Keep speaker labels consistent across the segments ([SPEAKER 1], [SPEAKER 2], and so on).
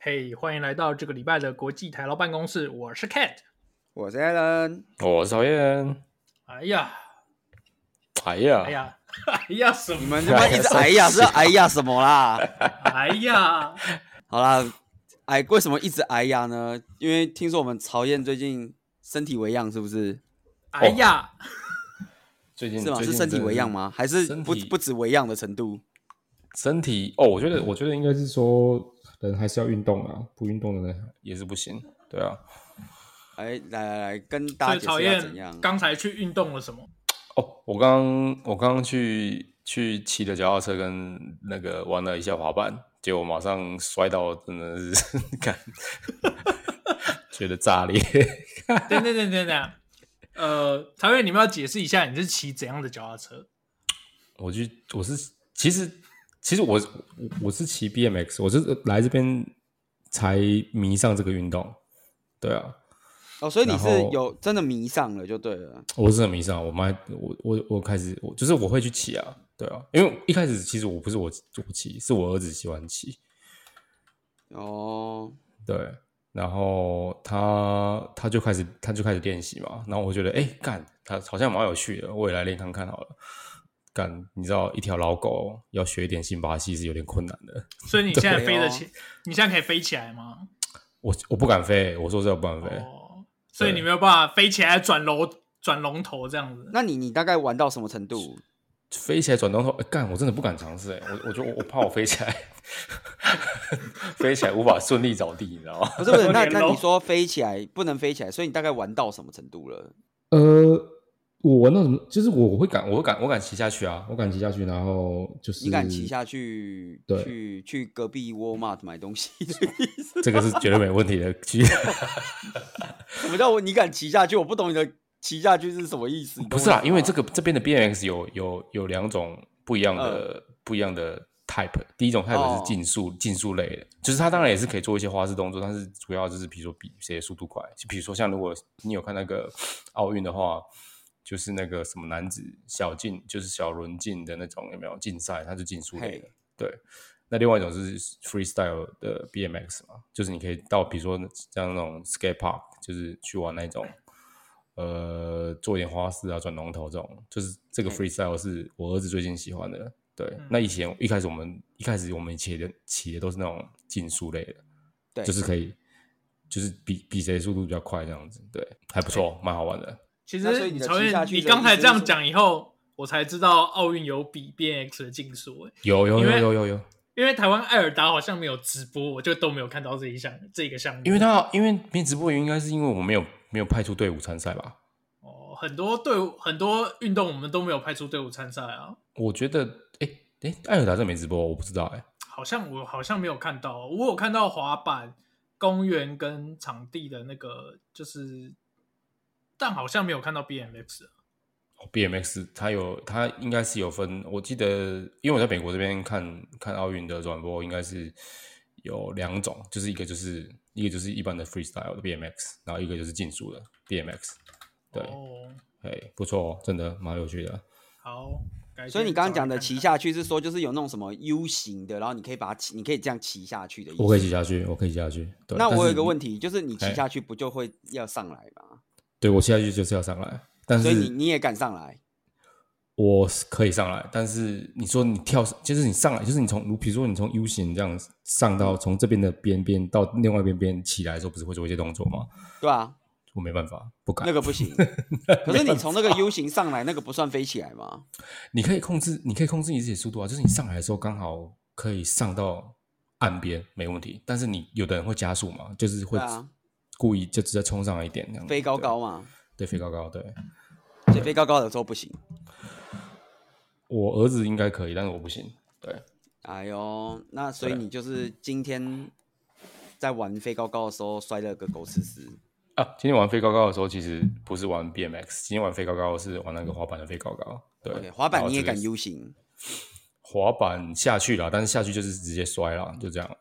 [SPEAKER 1] 嘿欢迎来到这个礼拜的国际台劳办公室，我是 Cat。
[SPEAKER 2] 我是 Alan，
[SPEAKER 3] 我是讨厌，
[SPEAKER 1] 哎呀，
[SPEAKER 3] 哎呀，
[SPEAKER 1] 哎呀， 哎呀，什
[SPEAKER 2] 你
[SPEAKER 1] 么？
[SPEAKER 2] 们他妈一直哎呀，是哎呀什么啦？
[SPEAKER 1] 哎 呀，
[SPEAKER 2] 好啦，哎，为什么一直哎呀呢？因为听说我们曹燕最近身体为恙，是不是？
[SPEAKER 1] 哎呀，
[SPEAKER 2] 哦
[SPEAKER 3] 最近
[SPEAKER 2] 是吗？
[SPEAKER 3] 嗯最
[SPEAKER 2] 是
[SPEAKER 3] 近
[SPEAKER 2] 身体
[SPEAKER 3] 真的
[SPEAKER 2] 为恙？吗？还是
[SPEAKER 3] 身
[SPEAKER 2] 不
[SPEAKER 3] 体
[SPEAKER 2] 不止为恙的程度？
[SPEAKER 3] 身体哦，我觉得，我觉得应该是说，人还是要运动啊，不运动的人也是不行。对啊，
[SPEAKER 2] 哎，来来来，跟
[SPEAKER 1] 所
[SPEAKER 2] 大
[SPEAKER 1] 以
[SPEAKER 2] 家
[SPEAKER 1] 曹
[SPEAKER 2] 解释一下怎
[SPEAKER 1] 燕
[SPEAKER 2] 样？
[SPEAKER 1] 刚才去运动了什么？
[SPEAKER 3] 哦，我刚我刚刚去去骑了脚踏车跟那个玩了一下滑板，结果马上摔到，真的是 感觉得炸裂。
[SPEAKER 1] 等等等等等，呃，曹燕，你们要解释一下你是骑怎样的脚踏车？
[SPEAKER 3] 我去，我是其实其实我我我是骑 BMX，我是来这边才迷上这个运动。对啊，
[SPEAKER 2] 哦，所以你是
[SPEAKER 3] 然后
[SPEAKER 2] 有真的迷上了就对了。
[SPEAKER 3] 我是很迷上，我妈，我我我开始，我就是我会去骑啊，对啊，因为一开始其实我不是我我骑，是我儿子喜欢骑，
[SPEAKER 2] 哦，
[SPEAKER 3] 对，然后他他就开始他就开始练习嘛，然后我觉得哎干，他好像蛮有趣的，我也来练看看好了。干，你知道一条老狗要学一点辛巴西是有点困难的，
[SPEAKER 1] 所以你现在
[SPEAKER 2] 对哦
[SPEAKER 1] 飞得起，你现在可以飞起来吗？
[SPEAKER 3] 我我不敢飞，我说这我不敢飞，
[SPEAKER 1] 哦，所以你没有办法飞起来转楼转龙头这样子。
[SPEAKER 2] 那你你大概玩到什么程度？
[SPEAKER 3] 飞起来转动头，哎干，我真的不敢尝试，哎，我我就我我怕我飞起来， 飞起来无法顺利着地，你知道吗？
[SPEAKER 2] 不是 不是，那
[SPEAKER 1] 有点
[SPEAKER 2] 那
[SPEAKER 1] low
[SPEAKER 2] 你说飞起来不能飞起来，所以你大概玩到什么程度了？
[SPEAKER 3] 呃，我闻到什么？就是我会敢，我会敢，我敢骑下去啊！我敢骑下去，然后就是
[SPEAKER 2] 你敢骑下去
[SPEAKER 3] 对
[SPEAKER 2] 去去隔壁 Walmart 买东 西？
[SPEAKER 3] 这个是绝对没问题的。骑
[SPEAKER 2] 我知道我你敢骑下去，我不懂你的骑下去是什么意思。
[SPEAKER 3] 不是啊，因为这
[SPEAKER 2] 个
[SPEAKER 3] 个这边的 BMX 有有有两种不一样的、不一样的 type。第一种
[SPEAKER 2] 嗯哦
[SPEAKER 3] type 是竞速、竞速类的，就是它当然也是可以做一些花式动作，但是主要就是比如说比谁速度快，就比如说像如果你有看那个 奥运的话。就是那个什么男子小竞，就是小轮竞的那种，有没有竞赛？它是竞速类的
[SPEAKER 2] 嘿。
[SPEAKER 3] 对，那另外一种是 freestyle 的 BMX 嘛，就是你可以到比如说像那种 skate park，就是去玩那种呃做一点花式啊、转龙头这种，就是这
[SPEAKER 2] 嗯
[SPEAKER 3] 个 freestyle 是我儿子最近喜欢的。对
[SPEAKER 1] 嗯，
[SPEAKER 3] 那以前一开始我们一开始我们骑的骑的都是那种竞速类的，
[SPEAKER 2] 对，
[SPEAKER 3] 就是可以就是比比谁速度比较快这样子，对，还不错，蛮好玩的。
[SPEAKER 1] 其
[SPEAKER 2] 那所以
[SPEAKER 1] 实
[SPEAKER 2] 你的
[SPEAKER 1] 曹
[SPEAKER 2] 骑下
[SPEAKER 1] 燕，
[SPEAKER 2] 去
[SPEAKER 1] 你
[SPEAKER 2] 的
[SPEAKER 1] 刚才
[SPEAKER 2] 意思
[SPEAKER 1] 这样
[SPEAKER 2] 是
[SPEAKER 1] 讲以后，我才知道奥运有比 BMX 的竞速、欸。
[SPEAKER 3] 有有
[SPEAKER 1] 因
[SPEAKER 3] 有
[SPEAKER 1] 为
[SPEAKER 3] 有有有，
[SPEAKER 1] 因为台湾艾尔达好像没有直播，我就都没有看到这一项这一个项目。
[SPEAKER 3] 因为他因为没直播，应该是因为我们没有没有派出队伍参赛吧？
[SPEAKER 1] 哦，很多队伍很多运动我们都没有派出队伍参赛啊，
[SPEAKER 3] 我觉得，哎、哎、艾尔达这没直播，我不知道哎、
[SPEAKER 1] 好像我好像没有看到，哦我有看到滑板、公园跟场地的那个就是，但好像没有看到 BMX 啊。
[SPEAKER 3] 哦 BMX 它有它应该是有分，我记得因为我在美国这边看看奥运的转播，应该是有两种，就是一个就是一个就是一般的 freestyle 的 BMX，然后一个就是竞速的 BMX。对，
[SPEAKER 1] 哦，
[SPEAKER 3] 哎、不错哦，真的蛮有趣
[SPEAKER 2] 嗯
[SPEAKER 3] 的。
[SPEAKER 1] 好，改天
[SPEAKER 2] 所以你刚刚讲的
[SPEAKER 1] 找来看看
[SPEAKER 2] 骑下去是说，就是有那种什么 U 型的，然后你可以把它骑，你可以这样骑下去的意思。
[SPEAKER 3] 我可以骑下去，我可以骑下去。对，
[SPEAKER 2] 那我有一个
[SPEAKER 3] 题，
[SPEAKER 2] 问题，就是你骑
[SPEAKER 3] 哎
[SPEAKER 2] 下去不就会要上来吗？
[SPEAKER 3] 对我骑下去就是要上来，但
[SPEAKER 2] 所以你
[SPEAKER 3] 是
[SPEAKER 2] 你也敢上来？
[SPEAKER 3] 我是可以上来，但是你说你跳，就是你上来，就是你从，比如说你从 U 型这样上到从这边的边边到另外一边边起来的时候，不是会做一些动作吗？
[SPEAKER 2] 对啊，
[SPEAKER 3] 我没办法，不敢。
[SPEAKER 2] 那个不 行。可是你从那个 U 型上来，那个不算飞起来吗？
[SPEAKER 3] 你可以控制，你可以控制你自己的速度啊，就是你上来的时候刚好可以上到岸边，没问题。但是你有的人会加速嘛，就是会
[SPEAKER 2] 对啊
[SPEAKER 3] 故意就直接冲上来一点这样子，
[SPEAKER 2] 飞高高嘛，
[SPEAKER 3] 嗯对，对，飞高高，对。
[SPEAKER 2] 所以飞高高的时候不行。
[SPEAKER 3] 我儿子应该可以，但是我不行。对，
[SPEAKER 2] 哎呦，那所以
[SPEAKER 3] 对啊
[SPEAKER 2] 你就是今天在玩飞高高的时候摔了个狗吃屎。
[SPEAKER 3] 啊，今天玩飞高高的时候，其实不是玩 BMX，今天玩飞高高是玩那个滑板的飞高高。对
[SPEAKER 2] OK，滑板你也敢
[SPEAKER 3] 用？
[SPEAKER 2] U 型？
[SPEAKER 3] 滑板下去了，但是下去就是直接摔了，就这样。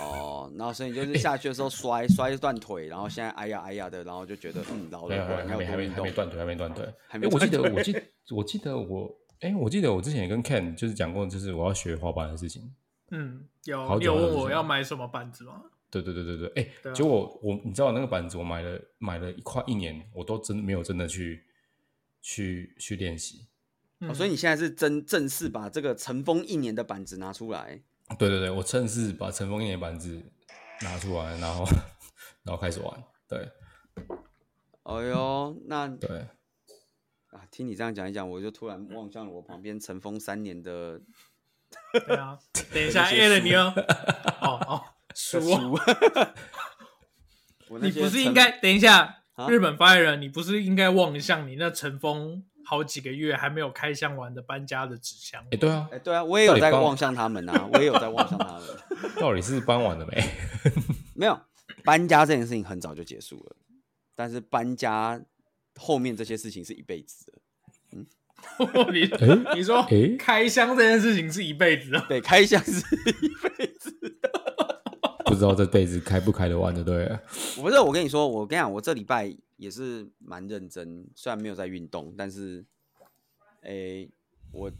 [SPEAKER 2] 哦，然后所以你就是下去的时候摔 摔断腿，然后现在哎呀哎呀的，然后就觉得嗯老
[SPEAKER 3] 没有，
[SPEAKER 2] 了，果
[SPEAKER 3] 还
[SPEAKER 2] 然要
[SPEAKER 3] 没还
[SPEAKER 2] 多
[SPEAKER 3] 没
[SPEAKER 2] 运
[SPEAKER 3] 还
[SPEAKER 2] 动。
[SPEAKER 3] 没
[SPEAKER 2] 哦
[SPEAKER 3] 断腿，还没断腿。
[SPEAKER 2] 还
[SPEAKER 3] 哎
[SPEAKER 2] 没，
[SPEAKER 3] 我记
[SPEAKER 2] 断
[SPEAKER 3] 得我记我记得我哎，我记得我之前也跟 Ken 就是讲过，就是我要学滑板的事情。
[SPEAKER 1] 嗯，有
[SPEAKER 3] 好
[SPEAKER 1] 你有
[SPEAKER 3] 久了
[SPEAKER 1] 问
[SPEAKER 3] 是不
[SPEAKER 1] 我
[SPEAKER 3] 是
[SPEAKER 1] 要买什么板子吗？
[SPEAKER 3] 对对对对对，哎、
[SPEAKER 1] 对啊
[SPEAKER 3] 结果我你知道那个板子我买了买了一块一年，我都真没有真的去去去练习。
[SPEAKER 2] 哦
[SPEAKER 1] 嗯
[SPEAKER 2] 所以你现在是真正式把这个尘封一年的板子拿出来，
[SPEAKER 3] 对对对，我趁势把尘封一年板子拿出来，然后然后开始玩。对
[SPEAKER 2] 哎呦，那
[SPEAKER 3] 对，
[SPEAKER 2] 啊，听你这样讲一讲，我就突然望向了我旁边尘封三年的
[SPEAKER 1] 对啊，等一 下 a l 你要哦哦，
[SPEAKER 2] 书
[SPEAKER 1] 输哦，。
[SPEAKER 2] 我那
[SPEAKER 1] 你
[SPEAKER 2] 些
[SPEAKER 1] 不是
[SPEAKER 2] 尘
[SPEAKER 1] 应该等一下
[SPEAKER 2] 啊？
[SPEAKER 1] 日本发言人，你不是应该望向你那尘封好几个月还没有开箱完的搬家的纸箱
[SPEAKER 3] 哎、？对啊
[SPEAKER 2] 哎、，对啊，我也有
[SPEAKER 3] 到底
[SPEAKER 2] 在
[SPEAKER 3] 帮我
[SPEAKER 2] 望向他们啊，我也有在望向他们。
[SPEAKER 3] 到底是搬完了没？
[SPEAKER 2] 没有搬家这件事情很早就结束了，但是搬家后面这些事情是一辈子的。
[SPEAKER 1] 你
[SPEAKER 3] 哎
[SPEAKER 1] 你说
[SPEAKER 3] 哎
[SPEAKER 1] 开箱这件事情是一辈子的，
[SPEAKER 2] 对，开箱是一辈子。
[SPEAKER 3] 不知道这辈子开不开得完的，对了。啊
[SPEAKER 2] 我不是，我跟你说，我跟你讲，我这礼拜也是蛮认真，虽然没有在运动，但是，诶、我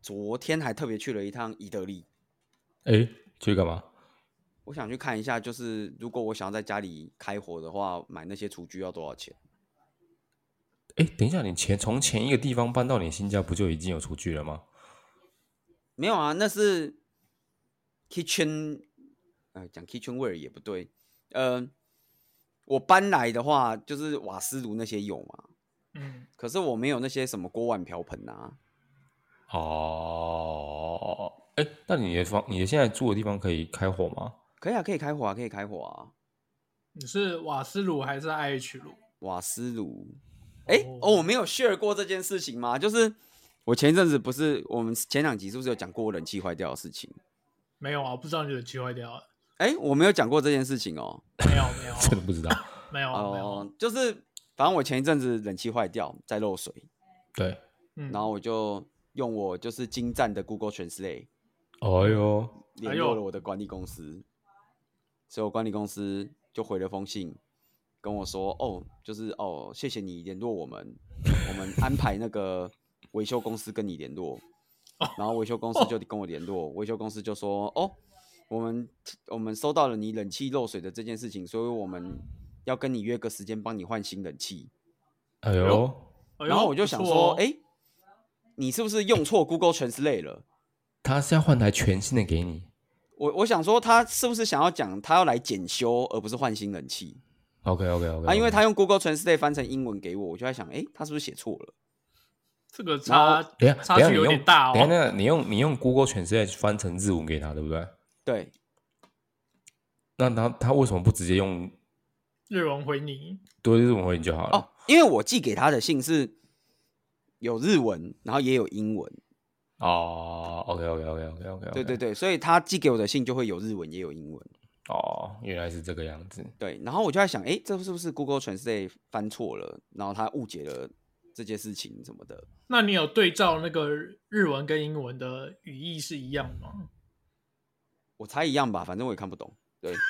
[SPEAKER 2] 昨天还特别去了一趟伊德利，
[SPEAKER 3] 哎、去干嘛？
[SPEAKER 2] 我想去看一下，就是如果我想要在家里开火的话，买那些厨具要多少钱？
[SPEAKER 3] 哎、等一下，你前从前一个地方搬到你新家，不就已经有厨具了吗？
[SPEAKER 2] 没有啊，那是 kitchen，呃，讲 kitchenware 也不对，呃，我搬来的话，就是瓦斯炉那些有嘛，
[SPEAKER 1] 嗯，
[SPEAKER 2] 可是我没有那些什么锅碗瓢盆啊，
[SPEAKER 3] 哦，哎、那你的房，你的现在住的地方可以开火吗？
[SPEAKER 2] 可以啊，可以开火啊，可以开火啊，
[SPEAKER 1] 你是瓦斯炉还是 IH 炉？
[SPEAKER 2] 瓦斯炉。哎、
[SPEAKER 1] 哦
[SPEAKER 2] 哦，我没有 share 过这件事情吗？就是我前一阵子不是我们前两集是不是有讲过我冷气坏掉的事情？
[SPEAKER 1] 没有啊，我不知道你的气坏掉了，
[SPEAKER 2] 哎、我没有讲过这件事情哦。
[SPEAKER 1] 没有没有
[SPEAKER 3] 真的不知道。
[SPEAKER 1] 没有没有，
[SPEAKER 2] 哦，就是反正我前一阵子冷气坏掉，在漏水，
[SPEAKER 3] 对，
[SPEAKER 1] 嗯，
[SPEAKER 2] 然后我就用我就是精湛的 Google Translate
[SPEAKER 3] 哎呦，
[SPEAKER 2] 联络了我的管理公司，所以我管理公司就回了封信跟我说，哦，就是哦，谢谢你联络我们，我们安排那个维修公司跟你联络，
[SPEAKER 1] 哦
[SPEAKER 2] 然后维修公司就跟我联络，维修公司就说，哦，我们我们收到了你冷气漏水的这件事情，所以我们要跟你约个时间帮你换新冷气。
[SPEAKER 3] 哎呦，
[SPEAKER 1] 哎呦
[SPEAKER 2] 然后我就想
[SPEAKER 1] 不
[SPEAKER 2] 说，
[SPEAKER 1] 错哦
[SPEAKER 2] 哎、你是不是用错 Google Translate 了？
[SPEAKER 3] 他是要换台全新的给你。
[SPEAKER 2] 我我想说，他是不是想要讲他要来检修，而不是换新冷气
[SPEAKER 3] OK OK OK，,
[SPEAKER 2] 啊？因为他用 Google Translate 翻成英文给我，我就在想，哎、他是不是写错了？
[SPEAKER 1] 这个
[SPEAKER 2] 然
[SPEAKER 1] 差
[SPEAKER 3] 等一下
[SPEAKER 1] 差
[SPEAKER 3] 等一下
[SPEAKER 1] 距
[SPEAKER 3] 你
[SPEAKER 1] 有
[SPEAKER 3] 用
[SPEAKER 1] 点大
[SPEAKER 3] 等一
[SPEAKER 1] 哦，
[SPEAKER 3] 下那个你用你用 Google 全世界翻成日文给他，对不对？
[SPEAKER 2] 对，
[SPEAKER 3] 那他他为什么不直接用
[SPEAKER 1] 日文回你，
[SPEAKER 3] 多日文回你就好了？
[SPEAKER 2] 哦，因为我寄给他的信是有日文，然后也有英文，
[SPEAKER 3] 哦，OK OK OK OK OK，
[SPEAKER 2] 对对，对，所以他寄给我的信就会有日文也有英文，
[SPEAKER 3] 哦，原来是这个样子。
[SPEAKER 2] 对。然后我就在想，哎、这是不是 Google Translate 翻错了？然后他误解了这件事情什么的。
[SPEAKER 1] 那你有对照那个日文跟英文的语义是一样的吗？
[SPEAKER 2] 我猜一样吧，反正我也看不懂。对，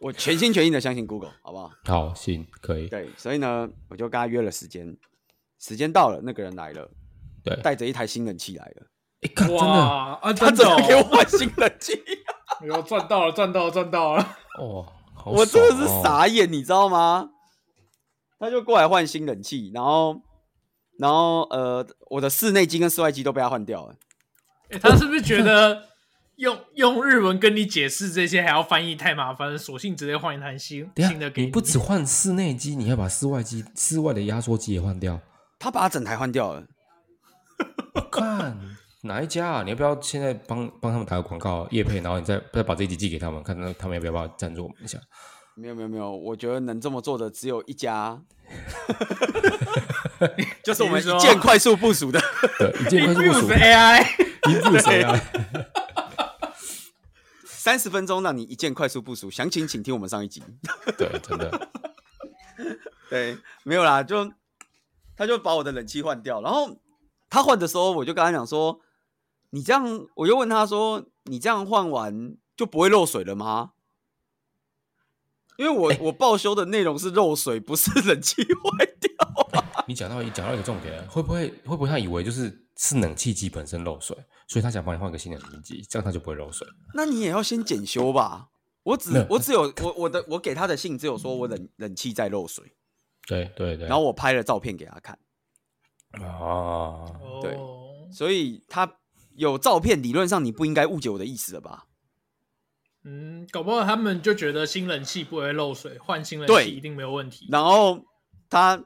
[SPEAKER 2] 我全心全意的相信 Google，好不好？
[SPEAKER 3] 好，行，可以，
[SPEAKER 2] 对，所以呢，我就跟他约了时间，时间到了，那个人来了，
[SPEAKER 3] 对，
[SPEAKER 2] 带着一台新冷气来了，
[SPEAKER 3] 哎，看真的
[SPEAKER 1] 哇啊，
[SPEAKER 2] 他
[SPEAKER 1] 真
[SPEAKER 2] 真
[SPEAKER 1] 的
[SPEAKER 2] 的
[SPEAKER 1] 哦
[SPEAKER 2] 给我换新冷气，
[SPEAKER 1] 有赚到了，赚到了，赚到了。
[SPEAKER 3] 哇，哦好
[SPEAKER 2] 我真的是
[SPEAKER 3] 爽哦
[SPEAKER 2] 傻眼，你知道吗？他就过来换新冷气，然后，然后呃，我的室内机跟室外机都被他换掉了。
[SPEAKER 1] 诶欸他是不是觉得用用日文跟你解释这些还要翻译太麻烦了？索性直接换一台新
[SPEAKER 3] 等一
[SPEAKER 1] 新
[SPEAKER 3] 下
[SPEAKER 1] 的，给
[SPEAKER 3] 不只换室内机，你还把室外机、室外的压缩机也换掉。
[SPEAKER 2] 他把整台换掉了，
[SPEAKER 3] 看哪一家啊？你要不要现在帮帮他们打个广告、叶配，然后你再再把这一集寄给他们，看他他们要不要帮赞助我们一下？
[SPEAKER 2] 没有没有没有，我觉得能这么做的只有一家，就是我们
[SPEAKER 1] 你是说
[SPEAKER 2] 一键快速部署的。
[SPEAKER 3] 对，一键快速部署
[SPEAKER 1] ，Infuse，AI，
[SPEAKER 3] Infuse AI，
[SPEAKER 2] 三十分钟让你一键快速部署，详情请听我们上一集。
[SPEAKER 3] 对，真的，
[SPEAKER 2] 对，没有啦，就他就把我的冷气换掉，然后他换的时候，我就跟他讲说，你这样，我就问他说，你这样换完就不会漏水了吗？因为我、我报修的内容是漏水，不是冷气坏掉啊。
[SPEAKER 3] 你讲到一讲到一个重点了，会不会会不会他以为就是是冷气机本身漏水，所以他想帮你换个新冷气机，这样他就不会漏水？
[SPEAKER 2] 那你也要先检修吧。我
[SPEAKER 3] 没
[SPEAKER 2] 只
[SPEAKER 3] 有呃
[SPEAKER 2] 我只有我我的我给他的信只有说我冷冷气在漏水，
[SPEAKER 3] 对对对。
[SPEAKER 2] 然后我拍了照片给他看，
[SPEAKER 3] 啊，
[SPEAKER 2] 对
[SPEAKER 1] 哦，
[SPEAKER 2] 所以他有照片，理论上你不应该误解我的意思了吧？
[SPEAKER 1] 嗯，搞不好他们就觉得新冷气不会漏水，换新冷
[SPEAKER 2] 对
[SPEAKER 1] 气一定没有问题。
[SPEAKER 2] 然后他，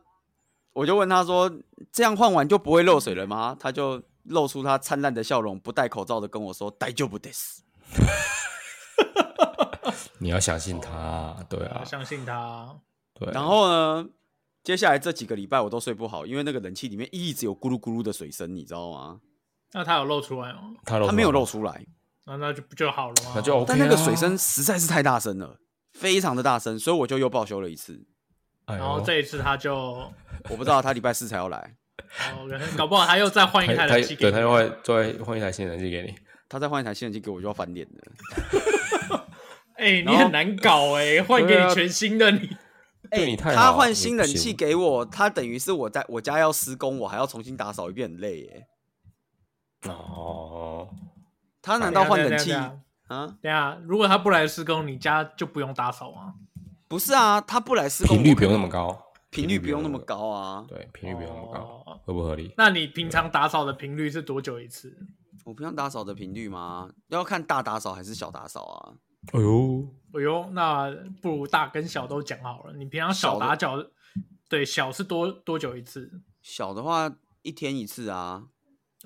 [SPEAKER 2] 我就问他说：“这样换完就不会漏水了吗？”他就露出他灿烂的笑容，不戴口罩的跟我说：“大丈夫です。
[SPEAKER 3] 你要相信他，对
[SPEAKER 1] 我
[SPEAKER 3] 啊，
[SPEAKER 1] 相信他。
[SPEAKER 3] 对啊。”
[SPEAKER 2] 然后呢，接下来这几个礼拜我都睡不好，因为那个冷气里面一直有咕噜咕噜的水声，你知道吗？
[SPEAKER 1] 那他有露出来吗？
[SPEAKER 3] 他漏
[SPEAKER 2] 它没有
[SPEAKER 3] 出来
[SPEAKER 2] 漏
[SPEAKER 3] 吗，
[SPEAKER 2] 出来，
[SPEAKER 1] 那那就不就好了吗？
[SPEAKER 3] 那就 OK
[SPEAKER 2] 但那个
[SPEAKER 3] 啊
[SPEAKER 2] 水声，实在是太大声了，非常的大声，所以我就又报修了一次。
[SPEAKER 3] 哎呦
[SPEAKER 1] 然后这一次他就，哦，
[SPEAKER 2] 我不知道他礼拜四才要来，
[SPEAKER 1] 原来搞不好他又再换一台
[SPEAKER 3] 他他
[SPEAKER 1] 冷气给
[SPEAKER 3] 对
[SPEAKER 1] 你
[SPEAKER 3] 他又会再换一台新冷气给你。
[SPEAKER 2] 他再换一台新冷气给我就要翻脸了。
[SPEAKER 1] 哎、
[SPEAKER 2] 然
[SPEAKER 1] 你
[SPEAKER 2] 后
[SPEAKER 1] 很难搞哎、换给
[SPEAKER 3] 对啊
[SPEAKER 1] 你全新的你，
[SPEAKER 3] 对你太好
[SPEAKER 2] 他换新冷
[SPEAKER 3] 也不
[SPEAKER 2] 气
[SPEAKER 3] 行
[SPEAKER 2] 给我，他等于是我在我家要施工，我还要重新打扫一遍，很累耶。
[SPEAKER 3] 哦，
[SPEAKER 2] 他难道换冷
[SPEAKER 1] 等一
[SPEAKER 2] 气
[SPEAKER 1] 下
[SPEAKER 2] 啊？
[SPEAKER 1] 等一下，如果他不来施工，你家就不用打扫啊。
[SPEAKER 2] 不是啊，他不来施工，
[SPEAKER 3] 频率
[SPEAKER 2] 我
[SPEAKER 3] 不用那么高，
[SPEAKER 2] 频率不用那么，高啊。
[SPEAKER 3] 对，频率不用那么高，
[SPEAKER 1] 哦
[SPEAKER 3] 合不合理？
[SPEAKER 1] 那你平常打扫的频率是多久一次？
[SPEAKER 2] 我平常打扫的频率吗？要看大打扫还是小打扫啊？
[SPEAKER 3] 哎呦，
[SPEAKER 1] 哎呦，那不如大跟小都讲好了。你平常小打小，对小是多多久一次？
[SPEAKER 2] 小的话一天一次啊。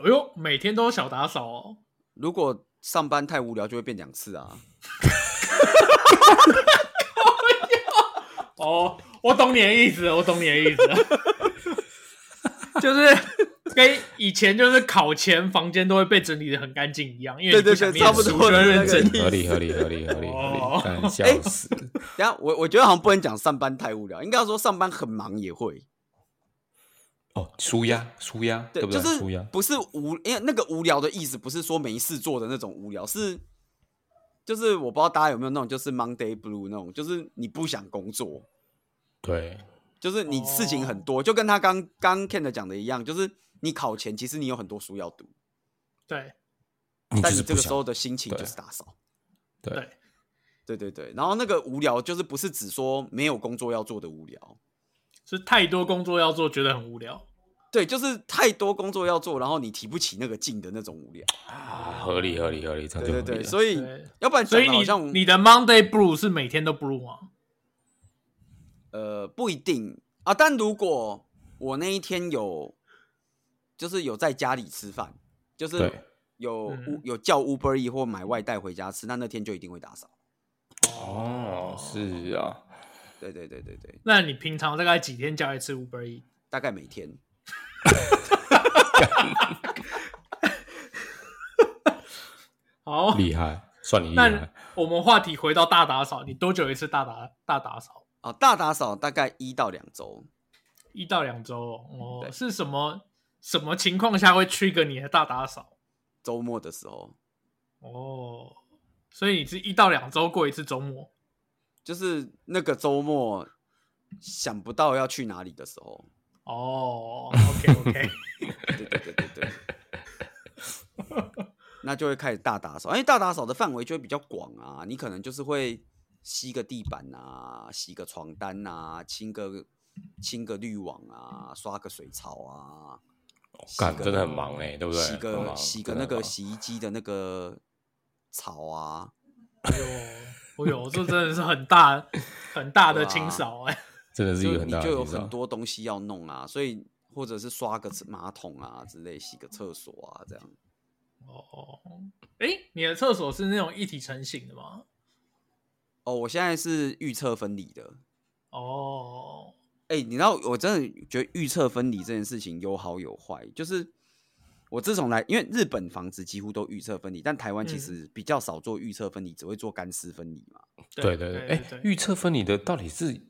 [SPEAKER 1] 哎呦，每天都小打扫哦。
[SPEAKER 2] 如果上班太无聊，就会变两次啊。
[SPEAKER 1] 哦，我懂你的意思，我懂你的意思， 就是跟以前就是考前房间都会被整理的很干净一样，因为
[SPEAKER 2] 对
[SPEAKER 1] 你
[SPEAKER 2] 对
[SPEAKER 1] 想
[SPEAKER 2] 对，
[SPEAKER 1] 念
[SPEAKER 2] 差不
[SPEAKER 1] 书就
[SPEAKER 2] 多的
[SPEAKER 1] 会
[SPEAKER 2] 那
[SPEAKER 1] 认
[SPEAKER 2] 个
[SPEAKER 1] 真
[SPEAKER 2] 意。思
[SPEAKER 3] 合理合理合理合理合
[SPEAKER 1] 哦
[SPEAKER 3] 理，干笑死！
[SPEAKER 2] 哎 等一下我我觉得好像不能讲上班太无聊，应该要说上班很忙也会。
[SPEAKER 3] 哦，舒压舒压，
[SPEAKER 2] 对，
[SPEAKER 3] 不
[SPEAKER 2] 就
[SPEAKER 3] 对？舒压
[SPEAKER 2] 是，不是无，因为那个无聊的意思不是说没事做的那种无聊，是就是我不知道大家有没有那种就是 Monday Blue 那种，就是你不想工作，
[SPEAKER 3] 对，
[SPEAKER 2] 就是你事情很
[SPEAKER 3] 哦
[SPEAKER 2] 多，就跟他刚刚 Ken 的讲的一样，就是你考前其实你有很多书要读，
[SPEAKER 1] 对，
[SPEAKER 3] 你就
[SPEAKER 2] 但你
[SPEAKER 3] 是
[SPEAKER 2] 这
[SPEAKER 3] 不
[SPEAKER 2] 个时
[SPEAKER 3] 想
[SPEAKER 2] 候，的心情
[SPEAKER 3] 对
[SPEAKER 2] 就是打扫。
[SPEAKER 3] 对
[SPEAKER 2] 对对对，然后那个无聊就是不是只说没有工作要做的无聊，
[SPEAKER 1] 是太多工作要做，觉得很无聊。
[SPEAKER 2] 对，就是太多工作要做，然后你提不起那个劲的那种无聊。
[SPEAKER 3] 啊，合理合理合理，这样
[SPEAKER 2] 对
[SPEAKER 3] 就合
[SPEAKER 2] 对
[SPEAKER 3] 理
[SPEAKER 2] 对，
[SPEAKER 3] 了。
[SPEAKER 2] 所以
[SPEAKER 1] 对
[SPEAKER 2] 要不然
[SPEAKER 1] 所
[SPEAKER 2] 讲
[SPEAKER 1] 以
[SPEAKER 2] 得
[SPEAKER 1] 你
[SPEAKER 2] 好像
[SPEAKER 1] 你的 Monday Blue 是每天都 Blue 吗？
[SPEAKER 2] 呃，不一定啊。但如果我那一天有，就是有在家里吃饭，就是
[SPEAKER 3] 对
[SPEAKER 2] 有
[SPEAKER 1] 嗯
[SPEAKER 2] U- 有叫 Uber E 或买外带回家吃，那那天就一定会打扫。
[SPEAKER 3] 哦，是啊，
[SPEAKER 2] 对对对对对，
[SPEAKER 1] 那你平常大概几天叫一次 Uber E？
[SPEAKER 2] 大概每天。
[SPEAKER 1] 好，
[SPEAKER 3] 厉害，算你厉
[SPEAKER 1] 那
[SPEAKER 3] 害。
[SPEAKER 1] 我们话题回到大打扫，你多久一次大打大打扫？
[SPEAKER 2] 哦，大打扫大概一到两周，
[SPEAKER 1] 一到两周哦。哦
[SPEAKER 2] 对
[SPEAKER 1] 是什么什么情况下会 trigger 你的大打扫？
[SPEAKER 2] 周末的时候，
[SPEAKER 1] 哦，所以你是一到两周过一次周末。
[SPEAKER 2] 就是那个周末想不到要去哪里的时候。
[SPEAKER 1] 哦，OK OK，
[SPEAKER 2] 对对对对对。 那就会开始大打扫，因为大打扫的范围就会比较广啊，你可能就是会吸个地板啊，洗个床单啊，清个清个滤网啊，刷个水槽啊，洗
[SPEAKER 3] 哦干
[SPEAKER 2] 个
[SPEAKER 3] 真的很忙哎，对不对？
[SPEAKER 2] 洗
[SPEAKER 3] 很
[SPEAKER 2] 个
[SPEAKER 3] 忙
[SPEAKER 2] 洗个
[SPEAKER 3] 真
[SPEAKER 2] 那
[SPEAKER 3] 的很
[SPEAKER 2] 个
[SPEAKER 3] 忙
[SPEAKER 2] 洗衣机的那个槽啊，
[SPEAKER 1] 哎呦，哎呦，这真的是很大很大的清扫哎、
[SPEAKER 3] 真的是一
[SPEAKER 2] 就
[SPEAKER 3] 个很
[SPEAKER 2] 你
[SPEAKER 3] 大的
[SPEAKER 2] 就有
[SPEAKER 3] 提早
[SPEAKER 2] 很多东西要弄啊，所以或者是刷个马桶啊之类，洗个厕所啊这样。
[SPEAKER 1] 哦，哎、你的厕所是那种一体成型的吗？
[SPEAKER 2] 哦，我现在是预测分离的，
[SPEAKER 1] 哦，
[SPEAKER 2] 哎、你知道，我真的觉得预测分离这件事情有好有坏。就是我自从来，因为日本房子几乎都预测分离，但台湾其
[SPEAKER 1] 嗯
[SPEAKER 2] 实比较少做预测分离，只会做干湿分离嘛。
[SPEAKER 1] 对
[SPEAKER 3] 对对
[SPEAKER 1] 对
[SPEAKER 3] 对，哎，
[SPEAKER 1] 对
[SPEAKER 3] 预测分离的到底是，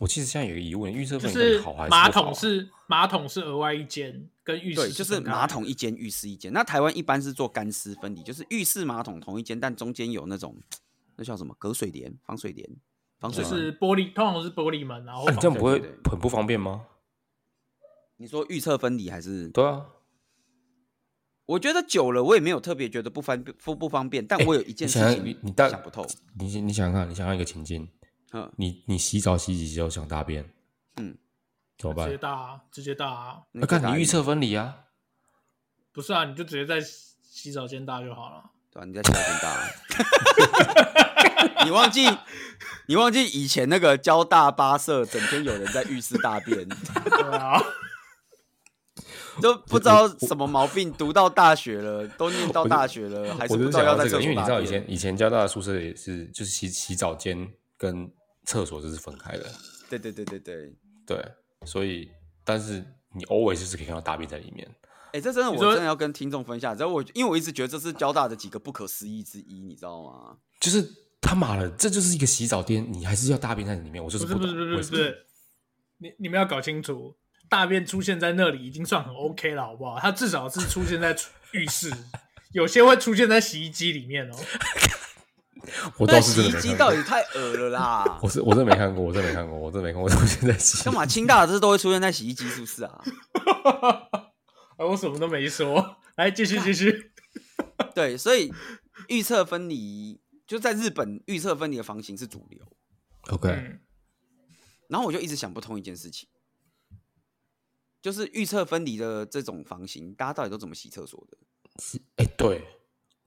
[SPEAKER 3] 我其实现在有个疑问，预测
[SPEAKER 1] 就
[SPEAKER 3] 分离到底
[SPEAKER 1] 是
[SPEAKER 3] 好还是
[SPEAKER 1] 马
[SPEAKER 3] 不好啊
[SPEAKER 1] 桶是马桶是额外一间，跟浴
[SPEAKER 2] 对，
[SPEAKER 1] 室
[SPEAKER 2] 就是
[SPEAKER 1] 分开
[SPEAKER 2] 马桶一间，浴室一间。那台湾一般是做干湿分离，就是浴室马桶同一间，但中间有那种那叫什么隔水帘、防水帘、防水
[SPEAKER 1] 就
[SPEAKER 2] 门。
[SPEAKER 1] 是玻璃，通常是玻璃门，然后
[SPEAKER 3] 啊那你这样
[SPEAKER 2] 对
[SPEAKER 3] 不会
[SPEAKER 2] 对对
[SPEAKER 3] 很不方便吗？
[SPEAKER 2] 你说预测分离还是？
[SPEAKER 3] 对啊，
[SPEAKER 2] 我觉得久了，我也没有特别觉得不方不不方便，但我有一件
[SPEAKER 3] 你
[SPEAKER 2] 事
[SPEAKER 3] 想想你
[SPEAKER 2] 情
[SPEAKER 3] 你大呃
[SPEAKER 2] 想不透。
[SPEAKER 3] 你你想想看，你想象一个情境，
[SPEAKER 2] 嗯，
[SPEAKER 3] 你你洗澡洗几洗就想大便，
[SPEAKER 2] 嗯，
[SPEAKER 3] 怎么
[SPEAKER 1] 直接
[SPEAKER 3] 办？
[SPEAKER 1] 大啊，直接大啊，
[SPEAKER 3] 那看
[SPEAKER 2] 就打
[SPEAKER 3] 你
[SPEAKER 2] 一
[SPEAKER 3] 预测分离啊，
[SPEAKER 1] 不是啊，你就直接在洗洗澡间大就好 了。
[SPEAKER 2] 对啊，你在小天大啊， 你忘记你忘记以前那个交大八社，整天有人在浴室大便，
[SPEAKER 1] 对啊，
[SPEAKER 2] 都不知道什么毛病，读到大学了，都念到大学了，还是
[SPEAKER 3] 我
[SPEAKER 2] 不
[SPEAKER 3] 就
[SPEAKER 2] 知
[SPEAKER 3] 是
[SPEAKER 2] 道
[SPEAKER 3] 想
[SPEAKER 2] 要
[SPEAKER 3] 到
[SPEAKER 2] 在
[SPEAKER 3] 这
[SPEAKER 2] 厕
[SPEAKER 3] 个，因
[SPEAKER 2] 所
[SPEAKER 3] 为你
[SPEAKER 2] 大
[SPEAKER 3] 知道以
[SPEAKER 2] 便
[SPEAKER 3] 前以前交大的宿舍也是，就是洗洗澡间跟厕所这是分开的，
[SPEAKER 2] 对对对对对，
[SPEAKER 3] 对，所以但是你 always 就是可以看到大便在里面。
[SPEAKER 2] 哎、这真的我
[SPEAKER 1] 说
[SPEAKER 2] 真的要跟听众分享，然后我因为我一直觉得这是交大的几个不可思议之一，你知道吗？
[SPEAKER 3] 就是他妈的，这就是一个洗澡店，你还是要大便在里面，我就
[SPEAKER 1] 不是
[SPEAKER 3] 不
[SPEAKER 1] 不
[SPEAKER 3] 懂
[SPEAKER 1] 是不是
[SPEAKER 3] 为
[SPEAKER 1] 不
[SPEAKER 3] 什么。
[SPEAKER 1] 是，你你们要搞清楚，大便出现在那里已经算很 OK 了，好不好？它至少是出现在厨浴室，有些会出现在洗衣机里面哦。
[SPEAKER 3] 我
[SPEAKER 2] 那
[SPEAKER 3] 倒是
[SPEAKER 2] 洗
[SPEAKER 3] 真
[SPEAKER 2] 衣
[SPEAKER 3] 的没
[SPEAKER 2] 机
[SPEAKER 3] 看
[SPEAKER 2] 到
[SPEAKER 3] 过，
[SPEAKER 2] 底太恶了啦！
[SPEAKER 3] 我是我真的没看过，我真的没看过，我真的没看过，我到现在洗。
[SPEAKER 2] 干嘛？清大的这都会出现在洗衣机，是不是啊？
[SPEAKER 1] 哎，我什么都没说， 来继续继续。
[SPEAKER 2] 对，所以预测分离就在日本，预测分离的房型是主流。
[SPEAKER 3] ？OK，
[SPEAKER 1] 嗯，
[SPEAKER 2] 然后我就一直想不通一件事情，就是预测分离的这种房型，大家到底都怎么洗厕所的？
[SPEAKER 3] 哎、对，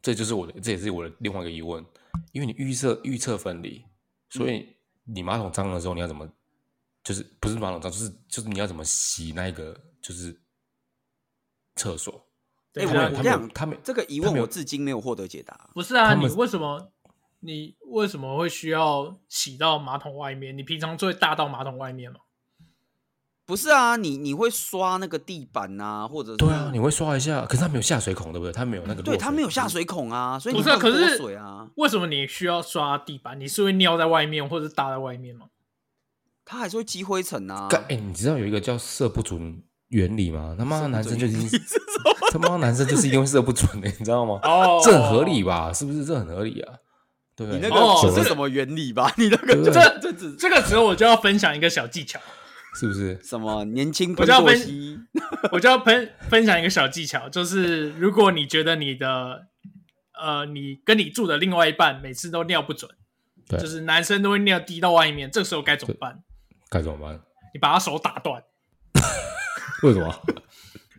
[SPEAKER 3] 这就是我的，这也是我的另外一个疑问，因为你预测预测分离，所以你马桶脏的时候，你要怎么，就是不是马桶脏，就是就是你要怎么洗那个就是厕所？
[SPEAKER 1] 等一
[SPEAKER 2] 哎
[SPEAKER 1] 下
[SPEAKER 2] 我
[SPEAKER 3] 他们他
[SPEAKER 2] 这
[SPEAKER 3] 们
[SPEAKER 2] 样
[SPEAKER 3] 有他们
[SPEAKER 2] 这个疑
[SPEAKER 3] 他
[SPEAKER 2] 问
[SPEAKER 3] 没有
[SPEAKER 2] 我至今没有获得解答。
[SPEAKER 1] 不是啊，
[SPEAKER 3] 他们
[SPEAKER 1] 你为什么你为什么会需要洗到马桶外面？你平常就会大到马桶外面吗？
[SPEAKER 2] 不是啊，你你会刷那个地板啊，或者是
[SPEAKER 3] 对啊，你会刷一下，可是它没有下水孔，对不对？它没有那个
[SPEAKER 2] 对
[SPEAKER 3] 落嗯
[SPEAKER 2] 它没有下水孔啊，所以
[SPEAKER 1] 不
[SPEAKER 2] 你
[SPEAKER 1] 是啊
[SPEAKER 2] 不能
[SPEAKER 1] 可是
[SPEAKER 2] 泼水啊，
[SPEAKER 1] 为什么你需要刷地板？你是会尿在外面，或者是搭在外面吗？
[SPEAKER 2] 它还是会积灰尘啊。
[SPEAKER 3] 干哎、你知道有一个叫射不准原理吗？他妈的男生就已经，他妈的男生就是因为射不准的、你知道吗？
[SPEAKER 1] 哦
[SPEAKER 3] 这很合理吧？是不是？这很合理啊，对不
[SPEAKER 2] 你
[SPEAKER 3] 对？
[SPEAKER 2] 那
[SPEAKER 1] 哦
[SPEAKER 2] 个不
[SPEAKER 1] 这
[SPEAKER 2] 是什么原理吧？ 你那个
[SPEAKER 3] 对
[SPEAKER 2] 就
[SPEAKER 1] 这
[SPEAKER 2] 这只
[SPEAKER 1] 这个时候我就要分享一个小技巧，
[SPEAKER 3] 是不是？
[SPEAKER 2] 什么年轻
[SPEAKER 1] 我
[SPEAKER 2] 喷
[SPEAKER 1] 就要
[SPEAKER 2] 作
[SPEAKER 1] 分
[SPEAKER 2] 息，
[SPEAKER 1] 我就要分分享一个小技巧，就是如果你觉得你的呃，你跟你住的另外一半每次都尿不准，
[SPEAKER 3] 对
[SPEAKER 1] 就是男生都会尿滴到外面，这时候该怎么办？
[SPEAKER 3] 该怎么办？
[SPEAKER 1] 你把他手打断，
[SPEAKER 3] 为什么？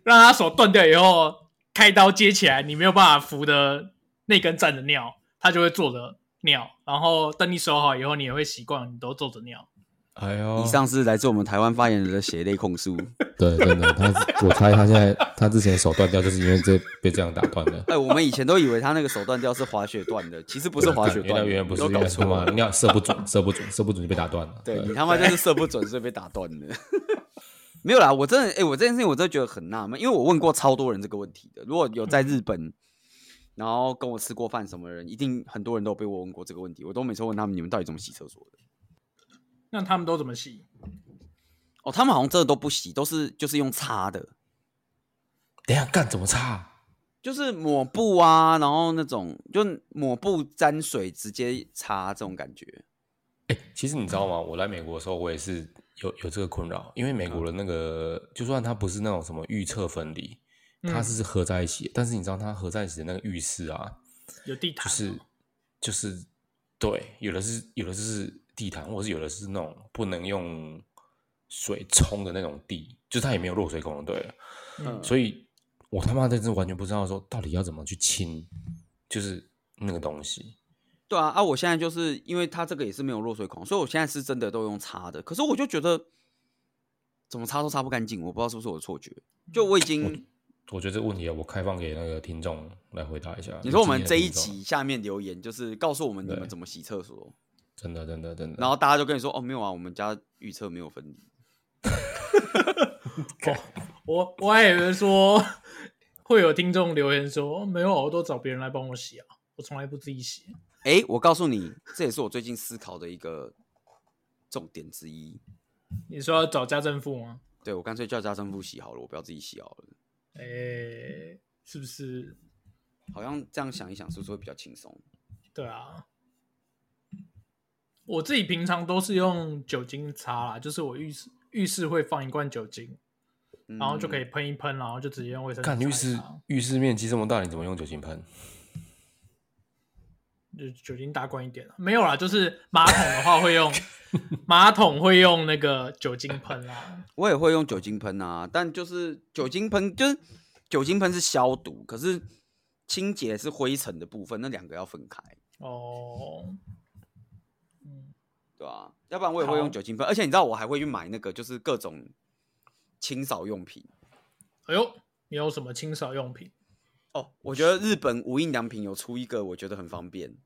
[SPEAKER 1] 让他手断掉以后，开刀接起来，你没有办法扶的那根站着尿，他就会坐着尿，然后等你手好以后，你也会习惯你都坐着尿。
[SPEAKER 3] 哎呦，
[SPEAKER 2] 以上是来自我们台湾发言人的血泪控 诉。
[SPEAKER 3] 对，真的，他我猜他现在他之前手断掉，就是因为这被这样打断的。
[SPEAKER 2] 哎，我们以前都以为他那个手断掉是滑雪断的，其实不是滑雪
[SPEAKER 3] 原来
[SPEAKER 2] 断，
[SPEAKER 3] 原来不是，
[SPEAKER 2] 都
[SPEAKER 3] 原
[SPEAKER 2] 搞
[SPEAKER 3] 来他
[SPEAKER 2] 错
[SPEAKER 3] 妈
[SPEAKER 2] 了。
[SPEAKER 3] 尿射不准，射不准，射不准就被打断了。
[SPEAKER 2] 对你他妈就是射不准，所以被打断的。 没有啦，我真的，哎、我这件事情我真的觉得很纳闷，因为我问过超多人这个问题的。如果有在
[SPEAKER 3] 嗯
[SPEAKER 2] 日本，然后跟我吃过饭什么人，一定很多人都有被我问过这个问题。我都每次问他们，你们到底怎么洗厕所的？
[SPEAKER 1] 那他们都怎么洗？
[SPEAKER 2] 哦，他们好像真的都不洗，都是就是用擦的，
[SPEAKER 3] 等一下干怎么擦？
[SPEAKER 2] 就是抹布啊，然后那种就抹布沾水直接擦这种感觉。
[SPEAKER 3] 哎、其实你知道吗？我来美国的时候，我也是有有这个困扰，因为美国的那个，就算它不是那种什么预测分离，它
[SPEAKER 1] 嗯
[SPEAKER 3] 是合在一起的，但是你知道它合在一起的那个浴室啊，
[SPEAKER 1] 嗯有地毯哦
[SPEAKER 3] 就
[SPEAKER 1] 吗，
[SPEAKER 3] 是
[SPEAKER 2] 哦
[SPEAKER 3] 就是对，有的是有的是地毯，或者是有的是那种不能用水冲的那种地，就是它也没有落水孔，对了。
[SPEAKER 1] 嗯
[SPEAKER 3] 所以我他妈的真的完全不知道说到底要怎么去清，就是那个东西。
[SPEAKER 2] 对啊，啊，我现在就是因为它这个也是没有落水孔，所以我现在是真的都用擦的。可是我就觉得怎么擦都擦不干净，我不知道是不是我的错觉。就我已
[SPEAKER 3] 嗯
[SPEAKER 2] 经，
[SPEAKER 3] 我觉得这个问题啊，我开放给那个听众来回答一下。
[SPEAKER 2] 你说我们
[SPEAKER 3] 有
[SPEAKER 2] 这
[SPEAKER 3] 经
[SPEAKER 2] 一
[SPEAKER 3] 验的听众
[SPEAKER 2] 集下面留言就是告诉我们你们
[SPEAKER 3] 对
[SPEAKER 2] 怎么洗厕所，
[SPEAKER 3] 真的真的真的，
[SPEAKER 2] 然后大家就跟你说哦，没有啊，我们家预测没有分离。
[SPEAKER 1] 我我还以为说会有听众留言说没有，我都找别人来帮我洗啊，我从来不自己洗。
[SPEAKER 2] 哎，我告诉你，这也是我最近思考的一个重点之一。
[SPEAKER 1] 你说要找家政妇吗？
[SPEAKER 2] 对我干脆叫家政妇洗好了，我不要自己洗好了。
[SPEAKER 1] 哎、是不是？
[SPEAKER 2] 好像这样想一想，是不是会比较轻松？
[SPEAKER 1] 对啊，我自己平常都是用酒精擦啦，就是我浴室浴室会放一罐酒精，
[SPEAKER 2] 嗯
[SPEAKER 1] 然后就可以喷一喷，然后就直接用卫生纸
[SPEAKER 3] 看
[SPEAKER 1] 擦一
[SPEAKER 3] 浴
[SPEAKER 1] 擦。
[SPEAKER 3] 室浴室面积这么大，你怎么用酒精喷？
[SPEAKER 1] 就酒精大罐一点了，没有啦，就是马桶的话会用马桶会用那个酒精喷啦，
[SPEAKER 2] 我也会用酒精喷啊，但就是酒精喷，就是酒精喷是消毒，可是清洁是灰尘的部分，那两个要分开，
[SPEAKER 1] 哦，
[SPEAKER 2] 对吧、要不然我也会
[SPEAKER 1] 好
[SPEAKER 2] 用酒精喷，而且你知道我还会去买那个就是各种清扫用品
[SPEAKER 1] 哎呦，你有什么清扫用品？
[SPEAKER 2] 哦。我觉得日本无印良品有出一个，我觉得很方便。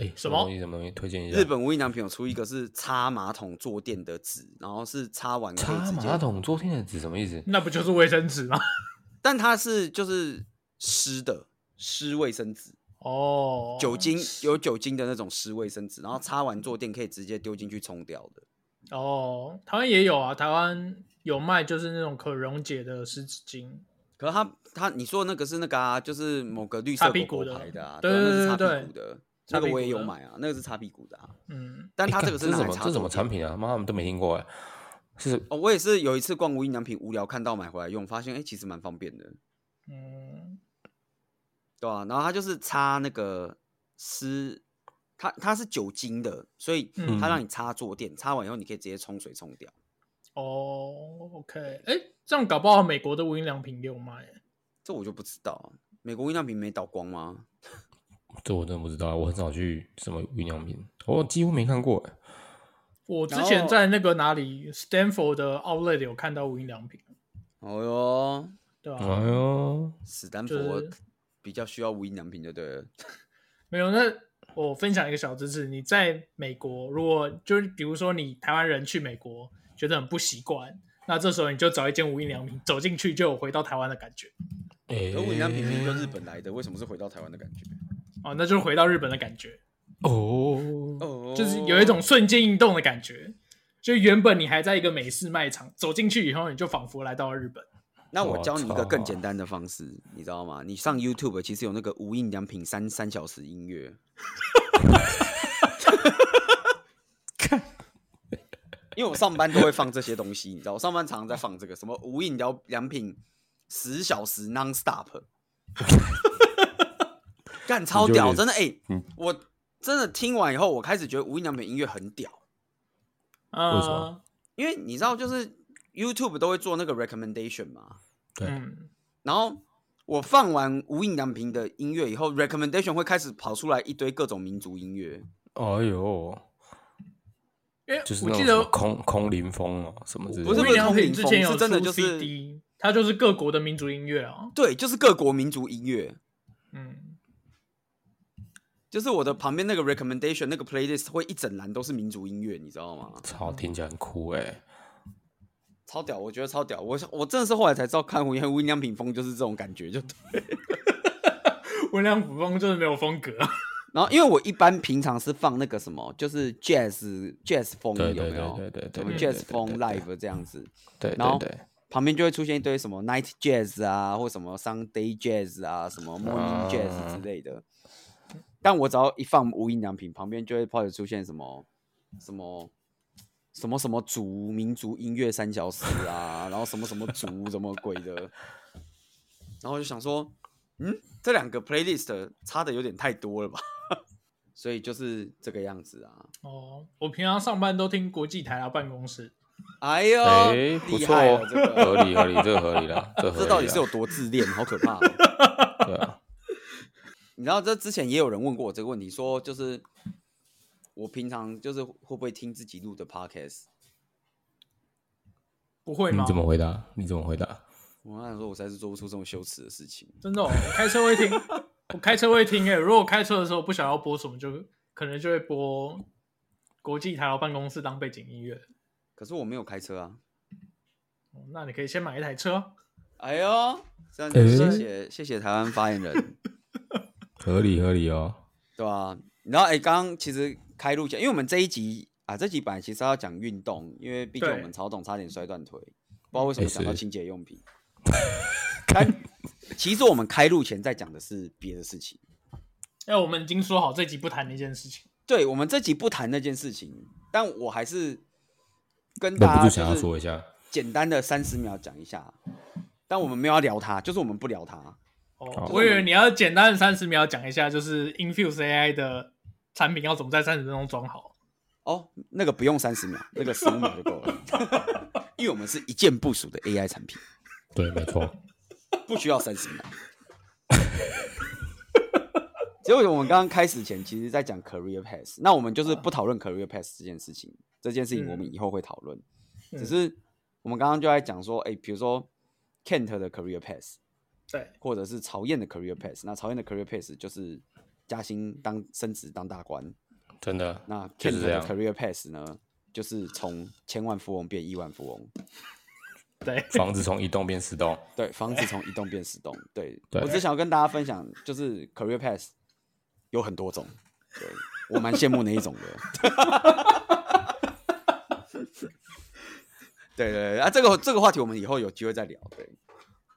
[SPEAKER 3] 哎，
[SPEAKER 1] 什么
[SPEAKER 3] 东西？什么东西？推荐一下。
[SPEAKER 2] 日本无印良品有出一个是擦马桶坐垫的纸，然后是擦完可以
[SPEAKER 3] 擦
[SPEAKER 2] 直接
[SPEAKER 3] 马桶坐垫的纸什么意思？
[SPEAKER 1] 那不就是卫生纸吗？
[SPEAKER 2] 但它是就是湿的湿卫生纸，
[SPEAKER 1] 哦，
[SPEAKER 2] 酒精有酒精的那种湿卫生纸，然后擦完坐垫可以直接丢进去冲掉的。
[SPEAKER 1] 哦，台湾也有啊，台湾有卖就是那种可溶解的湿纸巾，
[SPEAKER 2] 可是它它你说的那个是那个啊，就是某个绿
[SPEAKER 1] 擦
[SPEAKER 2] 色
[SPEAKER 1] 屁
[SPEAKER 2] 狗
[SPEAKER 1] 股
[SPEAKER 2] 狗
[SPEAKER 1] 的
[SPEAKER 2] 牌的啊，
[SPEAKER 1] 对
[SPEAKER 2] 啊那
[SPEAKER 1] 对对对
[SPEAKER 2] 是擦屁股的，那个我也有
[SPEAKER 1] 擦屁股
[SPEAKER 2] 买啊，那个是擦屁股的啊。
[SPEAKER 1] 嗯，
[SPEAKER 2] 但它
[SPEAKER 3] 哎
[SPEAKER 2] 这个是
[SPEAKER 3] 干这
[SPEAKER 2] 拿
[SPEAKER 3] 什
[SPEAKER 2] 来
[SPEAKER 3] 么？
[SPEAKER 2] 擦
[SPEAKER 3] 这什
[SPEAKER 2] 坐
[SPEAKER 3] 么产
[SPEAKER 2] 垫？
[SPEAKER 3] 品啊？妈，他们都没听过哎。是
[SPEAKER 2] 哦，我也是有一次逛无印良品无聊看到买回来用，发现哎、诶其实蛮方便的，
[SPEAKER 1] 嗯，
[SPEAKER 2] 对啊，然后它就是擦那个湿，它它是酒精的，所以
[SPEAKER 1] 嗯
[SPEAKER 2] 它让你擦坐垫，擦完以后你可以直接冲水冲掉。
[SPEAKER 1] 哦，OK，哎，这样搞不好美国的无印良品也有卖耶，
[SPEAKER 2] 这我就不知道啊，美国无印良品没倒光吗？
[SPEAKER 3] 这我真的不知道，我很少去什么无印良品，我几乎没看过哎。
[SPEAKER 1] 我之
[SPEAKER 2] 然
[SPEAKER 1] 前
[SPEAKER 2] 后
[SPEAKER 1] 在那个哪里 Stanford 的 Outlet 有看到无印良品，
[SPEAKER 2] 哦哟，
[SPEAKER 1] 对吧、
[SPEAKER 3] 哎呦，
[SPEAKER 2] 史丹
[SPEAKER 1] 就是
[SPEAKER 2] 佛比较需要无印良品就对了。
[SPEAKER 1] 没有，那我分享一个小知识：你在美国，如果就是比如说你台湾人去美国觉得很不习惯，那这时候你就找一间无印良品走进去，就有回到台湾的感觉
[SPEAKER 3] 哎
[SPEAKER 2] 可无印良品明明就日本来的，为什么是回到台湾的感觉？
[SPEAKER 1] 哦，那就是回到日本的感觉，
[SPEAKER 3] 哦，
[SPEAKER 2] 哦
[SPEAKER 1] 就是有一种瞬间移动的感觉。就原本你还在一个美式卖场，走进去以后，你就仿佛来到了日本。
[SPEAKER 2] 那我教你一
[SPEAKER 3] 我
[SPEAKER 2] 个
[SPEAKER 3] 操
[SPEAKER 2] 更简单的方式，你知道吗？你上 YouTube 其实有那个无印良品三三小时音乐， 因为我上班都会放这些东西，你知道，我上班常常在放这个什么无印良良品十小时 non stop，干超
[SPEAKER 3] 你就有
[SPEAKER 2] 屌，
[SPEAKER 3] 点
[SPEAKER 2] 真的哎、
[SPEAKER 3] 嗯
[SPEAKER 2] 我真的听完以后，我开始觉得无印良品音乐很屌。
[SPEAKER 1] 啊、
[SPEAKER 3] 为什么
[SPEAKER 2] 因为你知道，就是 YouTube 都会做那个 recommendation 嘛。
[SPEAKER 3] 对
[SPEAKER 1] 嗯，
[SPEAKER 2] 然后我放完无印良品的音乐以后，recommendation 会开始跑出来一堆各种民族音乐。
[SPEAKER 3] 哎呦，
[SPEAKER 1] 因为
[SPEAKER 3] 就是
[SPEAKER 1] 我
[SPEAKER 3] 那
[SPEAKER 1] 记
[SPEAKER 3] 种什
[SPEAKER 1] 得
[SPEAKER 3] 么空空灵风哦，什么之类的。
[SPEAKER 2] 不是
[SPEAKER 1] 无
[SPEAKER 2] 不
[SPEAKER 1] 印
[SPEAKER 2] 是
[SPEAKER 1] 良品之前有
[SPEAKER 2] 是真的
[SPEAKER 1] 出
[SPEAKER 2] 就是
[SPEAKER 1] CD，它就是各国的民族音乐啊。
[SPEAKER 2] 对，就是各国民族音乐。
[SPEAKER 1] 嗯，
[SPEAKER 2] 就是我的旁边那个 recommendation 那个 playlist 会一整栏都是民族音乐，你知道吗？
[SPEAKER 3] 操，听起来很酷哎。
[SPEAKER 2] 超屌，我觉得超屌。我我真的是后来才知道，看无印无印良品风就是这种感觉，就
[SPEAKER 1] 温良普风就是没有风格。
[SPEAKER 2] 啊然后，因为我一般平常是放那个什么，就是 jazz jazz 风
[SPEAKER 3] 对
[SPEAKER 2] 有
[SPEAKER 3] 对
[SPEAKER 2] 没有？
[SPEAKER 3] 对对对
[SPEAKER 2] 什么
[SPEAKER 3] 对对
[SPEAKER 2] jazz
[SPEAKER 3] 对
[SPEAKER 2] 风
[SPEAKER 3] 对
[SPEAKER 2] live 这样子，
[SPEAKER 3] 对
[SPEAKER 2] 然
[SPEAKER 3] 对
[SPEAKER 2] 后
[SPEAKER 3] 对，
[SPEAKER 2] 旁边就会出现一堆什么 night jazz 啊，或什么 Sunday jazz 啊，什么 morning jazz 之类的。但我只要一放无印良品，旁边就会开始出现什么什么什么什么族民族音乐三小时啊，然后什么什么族什么鬼的，然后我就想说，嗯，这两个 playlist 差的有点太多了吧， 所以就是这个样子啊。
[SPEAKER 1] 哦，我平常上班都听国际台啊，办公室。
[SPEAKER 2] 哎呦，
[SPEAKER 3] 哎，不
[SPEAKER 2] 厉
[SPEAKER 3] 错
[SPEAKER 2] 害
[SPEAKER 3] 哦
[SPEAKER 2] 了，这个
[SPEAKER 3] 合理合理，这个合理了，这合理
[SPEAKER 2] 这
[SPEAKER 3] 啦
[SPEAKER 2] 到底是有多自恋，好可怕哦、
[SPEAKER 3] 对啊，
[SPEAKER 2] 你知道这之前也有人问过我这个问题，说就是我平常就是会不会听自己录的 podcast？
[SPEAKER 1] 不会
[SPEAKER 3] 你
[SPEAKER 2] 啊
[SPEAKER 1] 吗？
[SPEAKER 3] 嗯怎么回答？你怎么回答？
[SPEAKER 2] 我想说，我实在是做不出这种羞耻的事情。
[SPEAKER 1] 真的、哦？我开车会听， 我开车会听诶、如果我开车的时候不想要播什么，就可能就会播国际台啊办公室当背景音乐。
[SPEAKER 2] 可是我没有开车啊。
[SPEAKER 1] 哦那你可以先买一台车。
[SPEAKER 2] 哎呦，这样
[SPEAKER 3] 哎
[SPEAKER 2] 子谢谢谢谢台湾发言人，
[SPEAKER 3] 合理合理哦。
[SPEAKER 2] 对吧、然后哎，刚刚其实开录前，因为我们这一集啊，这集本来其实要讲运动，因为毕竟
[SPEAKER 1] 对
[SPEAKER 2] 我们曹董差点摔断腿，不知道为什么
[SPEAKER 3] 哎
[SPEAKER 2] 讲到
[SPEAKER 3] 是
[SPEAKER 2] 清洁用品。 但其实我们开录前在讲的是别的事情。
[SPEAKER 1] 哎，我们已经说好这集不谈那件事情。
[SPEAKER 2] 对我们这集不谈那件事情，但我还是跟
[SPEAKER 3] 忍
[SPEAKER 2] 大家、
[SPEAKER 3] 不住
[SPEAKER 2] 就是、
[SPEAKER 3] 想要说一下，
[SPEAKER 2] 简单的三十秒讲一下，但我们没有要聊它，就是我们不聊它。
[SPEAKER 3] 好
[SPEAKER 1] 哦，我以为你要简单的三十秒讲一下，就是 Infuse AI 的产品要怎么在三十分钟装好。
[SPEAKER 2] 哦，那个不用三十秒，那个十五秒就够 了， 因为我们是一键部署的 AI 产品，
[SPEAKER 3] 对，没错，
[SPEAKER 2] 不需要三十秒。 结果我们刚刚开始前，其实在讲 career path，那我们就是不讨论 career path 这件事情，这件事情我们以后会讨论。
[SPEAKER 1] 嗯
[SPEAKER 2] 只是我们刚刚就在讲说，哎、比如说 Kent 的 career path，
[SPEAKER 1] 对，
[SPEAKER 2] 或者是曹燕的 career path，那曹燕的 career path 就是加薪当升职当大官，
[SPEAKER 3] 真的，
[SPEAKER 2] 那
[SPEAKER 3] 就
[SPEAKER 2] Kent
[SPEAKER 3] 是这
[SPEAKER 2] 的
[SPEAKER 3] 样
[SPEAKER 2] career path 呢，就是从千万富翁变亿万富翁，
[SPEAKER 1] 对，
[SPEAKER 3] 房子从一栋变十栋，
[SPEAKER 2] 对，房子从一栋变十栋，对
[SPEAKER 3] 对
[SPEAKER 2] 我只想要跟大家分享，就是 career path 有很多种，对我蛮羡慕那一种的。对对对啊，这个这个话题我们以后有机会再聊。对，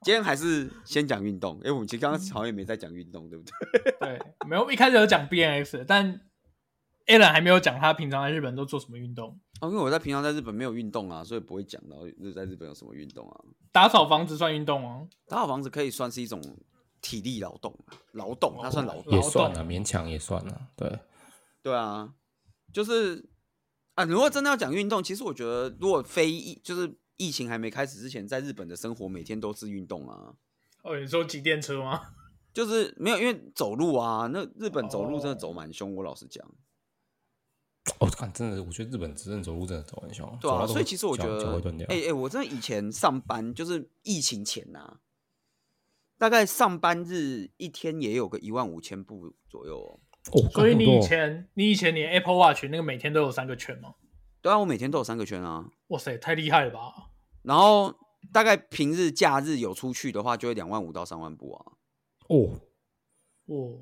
[SPEAKER 2] 今天还是先讲运动，因为我们其实刚刚好像也没在讲运动，对不 对？
[SPEAKER 1] 对， 没有一开始有讲 BNX，但 Alan 还没有讲他平常在日本都做什么运动，
[SPEAKER 2] 哦，因为我在平常在日本没有运动啊，所以不会讲到日在日本有什么运动啊。
[SPEAKER 1] 打扫房子算运动哦。
[SPEAKER 2] 打扫房子可以算是一种体力劳动啊，劳动它 算劳动。
[SPEAKER 3] 也
[SPEAKER 1] 劳动
[SPEAKER 3] 算了，勉强也算了，对，
[SPEAKER 2] 对啊，就是啊，如果真的要讲运动，其实我觉得，如果非疫就是疫情还没开始之前，在日本的生活每天都是运动啊，
[SPEAKER 1] 哦，你说骑电车吗？
[SPEAKER 2] 就是没有因为走路啊，那日本走路真的走蛮凶，我老实讲，
[SPEAKER 3] 哦，看，真的，我觉得日本真的走路真的走很凶，
[SPEAKER 2] 对
[SPEAKER 3] 走到
[SPEAKER 2] 啊，
[SPEAKER 3] 都
[SPEAKER 2] 所以其实我觉
[SPEAKER 3] 脚脚
[SPEAKER 2] 得
[SPEAKER 3] 会断，掉
[SPEAKER 2] 哎哎、，我真的以前上班就是疫情前呐、啊，大概上班日一天也有个一万五千步左右、哦。
[SPEAKER 3] 哦，
[SPEAKER 1] 所以
[SPEAKER 3] 干
[SPEAKER 1] 你
[SPEAKER 3] 这么
[SPEAKER 1] 以
[SPEAKER 3] 多
[SPEAKER 1] 前你以前你 Apple Watch 那个每天都有三个圈吗？
[SPEAKER 2] 对啊，我每天都有三个圈啊，
[SPEAKER 1] 哇塞，太厉害了吧！
[SPEAKER 2] 然后大概平日、假日有出去的话，就会两万五到三万步啊。
[SPEAKER 3] 哦，
[SPEAKER 1] 哦，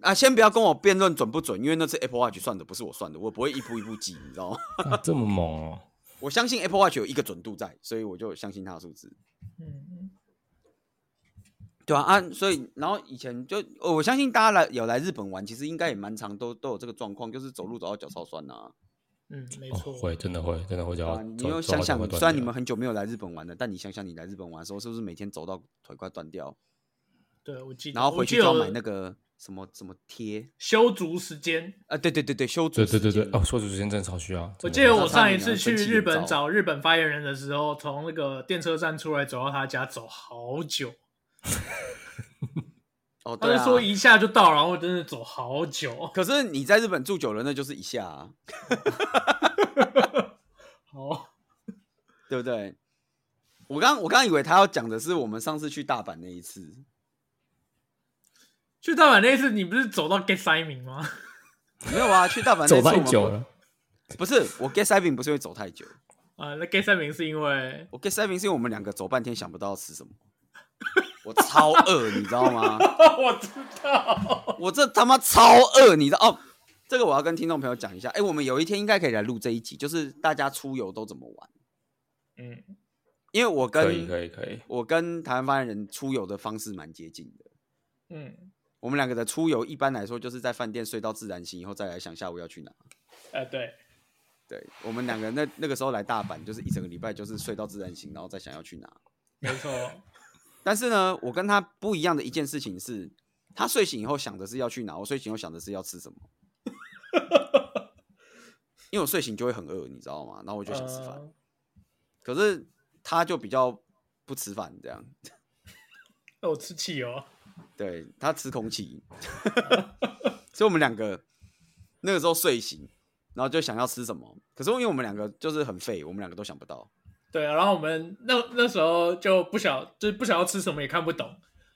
[SPEAKER 2] 啊，先不要跟我辩论准不准，因为那是 Apple Watch 算的，不是我算的，我不会一步一步记，你知道吗？
[SPEAKER 3] 干这么猛哦，
[SPEAKER 2] 我相信 Apple Watch 有一个准度在，所以我就相信它的数字。
[SPEAKER 1] 嗯，
[SPEAKER 2] 对啊，啊，所以然后以前就、呃我相信大家来有来日本玩，其实应该也蛮常都都有这个状况，就是走路走到脚超酸啊。
[SPEAKER 1] 嗯，没
[SPEAKER 3] 哦
[SPEAKER 1] 错，
[SPEAKER 3] 会真的会真的会
[SPEAKER 2] 对
[SPEAKER 3] 脚
[SPEAKER 2] 啊，，你
[SPEAKER 3] 走
[SPEAKER 2] 又
[SPEAKER 3] 走到
[SPEAKER 2] 想
[SPEAKER 3] 脚
[SPEAKER 2] 想
[SPEAKER 3] 会，断
[SPEAKER 2] 虽然你
[SPEAKER 3] 掉
[SPEAKER 2] 们很久没有来日本玩了，但你想想你来日本玩的时候，是不是每天走到腿快断掉，
[SPEAKER 1] 对我记得，
[SPEAKER 2] 然后回去就要买那
[SPEAKER 1] 个
[SPEAKER 2] 个什么什么贴
[SPEAKER 1] 修足时间。
[SPEAKER 2] 啊？对对对对，修
[SPEAKER 3] 对
[SPEAKER 2] 足
[SPEAKER 3] 对对
[SPEAKER 2] 时
[SPEAKER 3] 对
[SPEAKER 2] 间，
[SPEAKER 3] 哦，说主时间真的超需要。
[SPEAKER 1] 我
[SPEAKER 3] 真的
[SPEAKER 1] 记得
[SPEAKER 3] 超
[SPEAKER 1] 我
[SPEAKER 3] 需
[SPEAKER 1] 上
[SPEAKER 2] 上
[SPEAKER 1] 一
[SPEAKER 2] 一
[SPEAKER 1] 次
[SPEAKER 2] 秒
[SPEAKER 1] 去
[SPEAKER 2] 生气
[SPEAKER 1] 日
[SPEAKER 2] 也
[SPEAKER 1] 本
[SPEAKER 2] 早
[SPEAKER 1] 找日本发言人的时候，从那个电车站出来走到他家，走好久。
[SPEAKER 2] 哦，
[SPEAKER 1] 他
[SPEAKER 2] 对
[SPEAKER 1] 就
[SPEAKER 2] 啊。
[SPEAKER 1] 说一下就到，然后我真的走好久，
[SPEAKER 2] 可是你在日本住久了，那就是一下、啊。
[SPEAKER 1] 好，
[SPEAKER 2] 对不对？我刚我刚以为他要讲的是我们上次去大阪那一次，
[SPEAKER 1] 去大阪那一次，你不是走到 get 塞名吗？
[SPEAKER 2] 没有啊，去大阪那
[SPEAKER 3] 要
[SPEAKER 2] 一次
[SPEAKER 3] 走
[SPEAKER 2] 我
[SPEAKER 3] 太
[SPEAKER 2] 们
[SPEAKER 3] 久了，
[SPEAKER 2] 不是我 get saving 不是因为走太久，
[SPEAKER 1] 啊，那 get 塞名是因为
[SPEAKER 2] 我 get saving 是因为我们两个走半天想不到要吃什么，我超饿，你知道吗？
[SPEAKER 1] 我知道，
[SPEAKER 2] 我这他妈超饿，你知道哦？这个我要跟听众朋友讲一下，哎，我们有一天应该可以来录这一集，就是大家出游都怎么玩，
[SPEAKER 1] 嗯，
[SPEAKER 2] 因为我
[SPEAKER 3] 可以可
[SPEAKER 2] 跟
[SPEAKER 3] 以可以，
[SPEAKER 2] 我跟台湾发言人出游的方式蛮接近的。
[SPEAKER 1] 嗯，
[SPEAKER 2] 我们两个的出游一般来说就是在饭店睡到自然醒以后，再来想下午要去哪。
[SPEAKER 1] 呃，对，
[SPEAKER 2] 对我们两个那那个时候来大阪，就是一整个礼拜就是睡到自然醒，然后再想要去哪。
[SPEAKER 1] 没 错，
[SPEAKER 2] 但是呢，我跟他不一样的一件事情是，他睡醒以后想的是要去哪，我睡醒以后想的是要吃什么。因为我睡醒就会很饿，你知道吗？然后我就想吃饭，
[SPEAKER 1] 呃
[SPEAKER 2] 可是他就比较不吃饭，这样
[SPEAKER 1] 那我呃哦吃汽油，
[SPEAKER 2] 对他吃空气，所以我们两个那个时候睡醒，然后就想要吃什么。可是因为我们两个就是很废，我们两个都想不到。
[SPEAKER 1] 对，啊然后我们那那时候就不晓，就是不晓得吃什么也看不懂，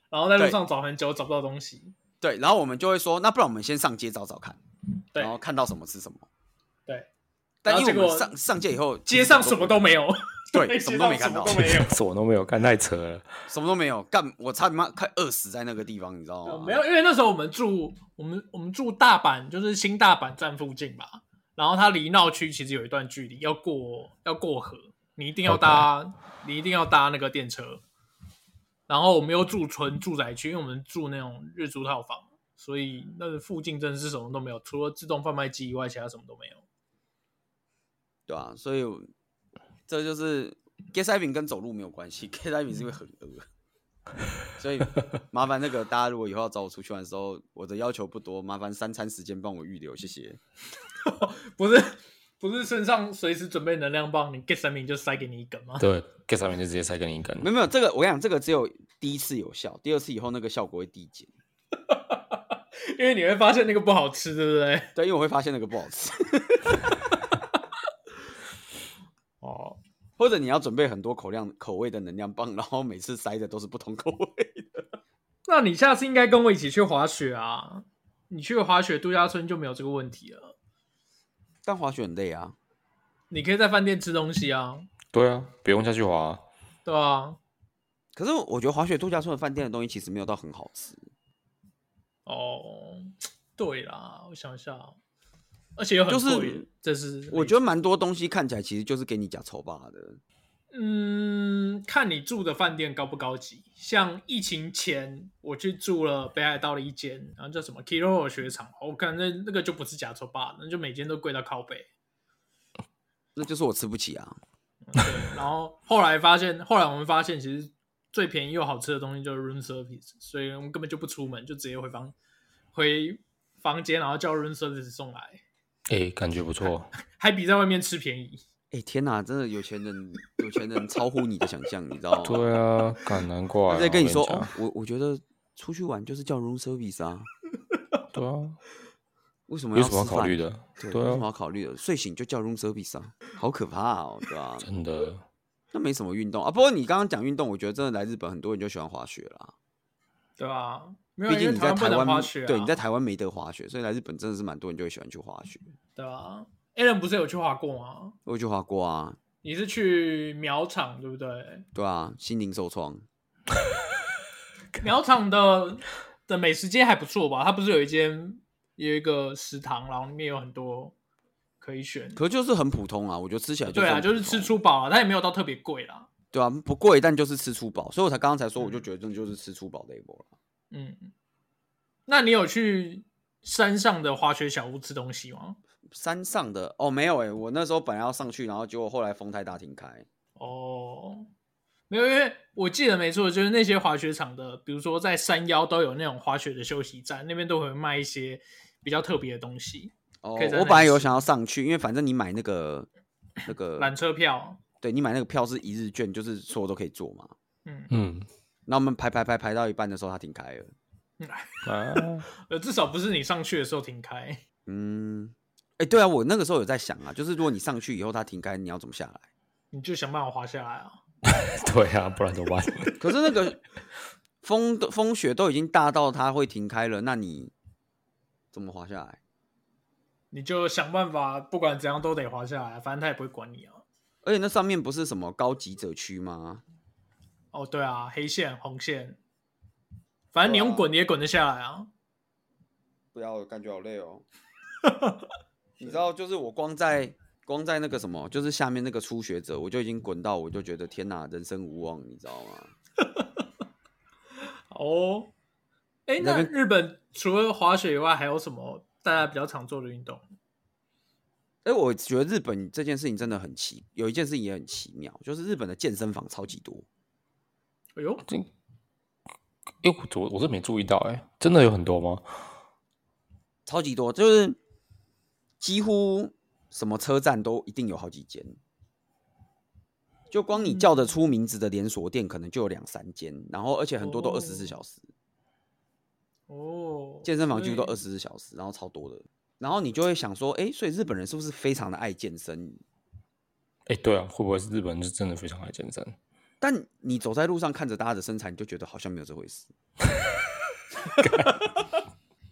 [SPEAKER 1] 然后在路
[SPEAKER 2] 对
[SPEAKER 1] 上找很久找不到东西，
[SPEAKER 2] 对，然后我们就会说，那不然我们先上街找找看，
[SPEAKER 1] 嗯对
[SPEAKER 2] 然后看到什么吃什么。
[SPEAKER 1] 对，然
[SPEAKER 2] 但
[SPEAKER 1] 后
[SPEAKER 2] 因为
[SPEAKER 1] 结
[SPEAKER 2] 我
[SPEAKER 1] 果
[SPEAKER 2] 们上上街以后，
[SPEAKER 1] 街上什么都没有，
[SPEAKER 2] 对，什
[SPEAKER 1] 街上
[SPEAKER 2] 么都没
[SPEAKER 1] 什
[SPEAKER 2] 看
[SPEAKER 1] 么
[SPEAKER 2] 到
[SPEAKER 1] 都，没有。
[SPEAKER 3] 什么都没有干，太扯了。
[SPEAKER 2] 什么都没有，干，我差点妈快饿死在那个地方，你知道
[SPEAKER 1] 呃
[SPEAKER 2] 吗？
[SPEAKER 1] 没有，因为那时候我们住我们我们住大阪，就是新大阪站附近吧。然后它离闹区其实有一段距离，要过要过河，你一定要搭你一定要搭那个电车。然后我们又住纯住宅区，因为我们住那种日租套房，所以那个附近真的是什么都没有，除了自动贩卖机以外，其他什么都没有。
[SPEAKER 2] 对啊，所以这就是 get diving 跟走路没有关系，get diving 是因为很饿。所以麻烦那个大家如果以后要找我出去玩的时候，我的要求不多，麻烦三餐时间帮我预留，谢谢。
[SPEAKER 1] 不是不是身上随时准备能量棒，你 get 三名就塞给你一根吗？
[SPEAKER 3] 对，get 上面就直接塞给你一根
[SPEAKER 2] 没。有没有，这个我跟你讲，这个只有第一次有效，第二次以后那个效果会递减。
[SPEAKER 1] 因为你会发现那个不好吃，对不对？
[SPEAKER 2] 对，因为我会发现那个不好吃，
[SPEAKER 3] 哦，
[SPEAKER 2] 或者你要准备很多口量口味的能量棒，然后每次塞的都是不同口味。
[SPEAKER 1] 那你下次应该跟我一起去滑雪啊！你去滑雪度假村就没有这个问题了。
[SPEAKER 2] 但滑雪很累啊，
[SPEAKER 1] 你可以在饭店吃东西啊，
[SPEAKER 3] 对啊，不用下去滑啊、
[SPEAKER 1] 对吧、啊？
[SPEAKER 2] 可是我觉得滑雪度假村的饭店的东西其实没有到很好吃。
[SPEAKER 1] 哦，对啦，我想一下啊，而且又很
[SPEAKER 2] 就是
[SPEAKER 1] 贵，这是
[SPEAKER 2] 我觉得蛮多东西看起来其实就是给你假丑吧的。
[SPEAKER 1] 嗯，看你住的饭店高不高级。像疫情前，我去住了北海道的一间，然后叫什么 Kiro 雪场，哦我看那那个就不是假丑吧，那就每间都贵到靠背。
[SPEAKER 2] 那就是我吃不起啊。
[SPEAKER 1] 对，然后后来发现，后来我们发现，其实最便宜又好吃的东西就是 room service，所以我们根本就不出门，就直接回房回房间，然后叫 room service 送来，
[SPEAKER 3] 哎、感觉不错。
[SPEAKER 1] 还比在外面吃便宜。
[SPEAKER 2] 哎、天哪，真的有钱人，有钱人超乎你的想象，你知道吗？
[SPEAKER 3] 对啊，干难怪、啊。
[SPEAKER 2] 他在跟你说，
[SPEAKER 3] 我
[SPEAKER 2] 哦
[SPEAKER 3] 讲，
[SPEAKER 2] 我我觉得出去玩就是叫 room service 啊，
[SPEAKER 3] 对啊，
[SPEAKER 2] 为什么
[SPEAKER 3] 有
[SPEAKER 2] 要
[SPEAKER 3] 什么好
[SPEAKER 2] 吃
[SPEAKER 3] 考
[SPEAKER 2] 饭
[SPEAKER 3] 虑？的？
[SPEAKER 2] 对，
[SPEAKER 3] 对
[SPEAKER 2] 有什么
[SPEAKER 3] 啊，
[SPEAKER 2] 好考虑的？睡醒就叫 room service 啊，好可怕哦，对吧、
[SPEAKER 3] 真的。
[SPEAKER 2] 那没什么运动啊。不过你刚刚讲运动，我觉得真的来日本很多人就喜欢滑雪啦。
[SPEAKER 1] 对啊，没有，
[SPEAKER 2] 毕
[SPEAKER 1] 因
[SPEAKER 2] 竟
[SPEAKER 1] 为
[SPEAKER 2] 你在
[SPEAKER 1] 湾不
[SPEAKER 2] 台
[SPEAKER 1] 能
[SPEAKER 2] 湾，
[SPEAKER 1] 滑雪、啊，
[SPEAKER 2] 对，你在台湾没得滑雪，所以来日本真的是蛮多人就会喜欢去滑雪。
[SPEAKER 1] 对啊。a l a n 不是有去滑过吗？
[SPEAKER 2] 我有去滑过啊，
[SPEAKER 1] 你是去苗场对不对？
[SPEAKER 2] 对啊，心灵受创。
[SPEAKER 1] 苗场的的美食街还不错吧？它不是有一间有一个食堂，然后里面有很多可以选。
[SPEAKER 2] 可就是很普通啊，我觉得吃起来就
[SPEAKER 1] 对啊，
[SPEAKER 2] 很
[SPEAKER 1] 就是
[SPEAKER 2] 普
[SPEAKER 1] 吃
[SPEAKER 2] 通
[SPEAKER 1] 出饱啊，它也没有到特别贵啦。
[SPEAKER 2] 对啊，不贵，但就是吃出饱，所以我才刚刚才说，我就觉得真的就是吃出饱 level 了。
[SPEAKER 1] 嗯，那你有去山上的滑雪小屋吃东西吗？
[SPEAKER 2] 山上的哦，没有哎、我那时候本来要上去，然后结果后来风太大停开。
[SPEAKER 1] 哦，没有，因为我记得没错，就是那些滑雪场的，比如说在山腰都有那种滑雪的休息站，那边都会卖一些比较特别的东西，
[SPEAKER 2] 哦，
[SPEAKER 1] 可以在
[SPEAKER 2] 我
[SPEAKER 1] 那
[SPEAKER 2] 本来
[SPEAKER 1] 里
[SPEAKER 2] 有
[SPEAKER 1] 吃
[SPEAKER 2] 想要上去，因为反正你买那个那个
[SPEAKER 1] 缆，车票。
[SPEAKER 2] 对你买那个票是一日券，就是所有都可以坐嘛。
[SPEAKER 1] 嗯，
[SPEAKER 3] 嗯
[SPEAKER 2] 那我们排排排排到一半的时候，它停开了。
[SPEAKER 3] 啊，
[SPEAKER 1] 呃，至少不是你上去的时候停开。
[SPEAKER 2] 嗯，哎、对啊，我那个时候有在想啊，就是如果你上去以后它停开，你要怎么下来？
[SPEAKER 1] 你就想办法滑下来啊！
[SPEAKER 3] 对啊，不然怎 么办？
[SPEAKER 2] 可是那 个风都风雪都已经大到它会停开了，那你怎么滑下来？
[SPEAKER 1] 你就想办法，不管怎样都得滑下来，反正他也不会管你啊。
[SPEAKER 2] 而且那上面不是什么高级者区吗？
[SPEAKER 1] 哦，对啊，黑线、红线，反正你
[SPEAKER 2] 对
[SPEAKER 1] 用
[SPEAKER 2] 啊
[SPEAKER 1] 滚你也滚得下来啊。
[SPEAKER 2] 不要，感觉好累 哦。你知道，就是我光在光在那个什么，就是下面那个初学者，我就已经滚到，我就觉得天哪，人生无望，你知道吗？
[SPEAKER 1] 哦，哎，
[SPEAKER 2] 那
[SPEAKER 1] 那
[SPEAKER 2] 边
[SPEAKER 1] 日本除了滑雪以外，还有什么大家比较常做的运动？
[SPEAKER 2] 哎，我觉得日本这件事情真的很奇，有一件事情也很奇妙，就是日本的健身房超级多。
[SPEAKER 1] 哎呦，
[SPEAKER 3] 这，哎、我我是没注意到、哎，真的有很多吗？
[SPEAKER 2] 超级多，就是几乎什么车站都一定有好几间。就光你叫得出名字的连锁店，可能就有两三间，然后而且很多都
[SPEAKER 1] 哦
[SPEAKER 2] 二十四小时，
[SPEAKER 1] 哦，
[SPEAKER 2] 健身房几乎都
[SPEAKER 1] 所
[SPEAKER 2] 二
[SPEAKER 1] 以
[SPEAKER 2] 十四小时，然后超多的。然后你就会想说，哎、所以日本人是不是非常的爱健身？
[SPEAKER 3] 哎、对啊，会不会是日本人是真的非常爱健身？
[SPEAKER 2] 但你走在路上看着大家的身材，你就觉得好像没有这回事。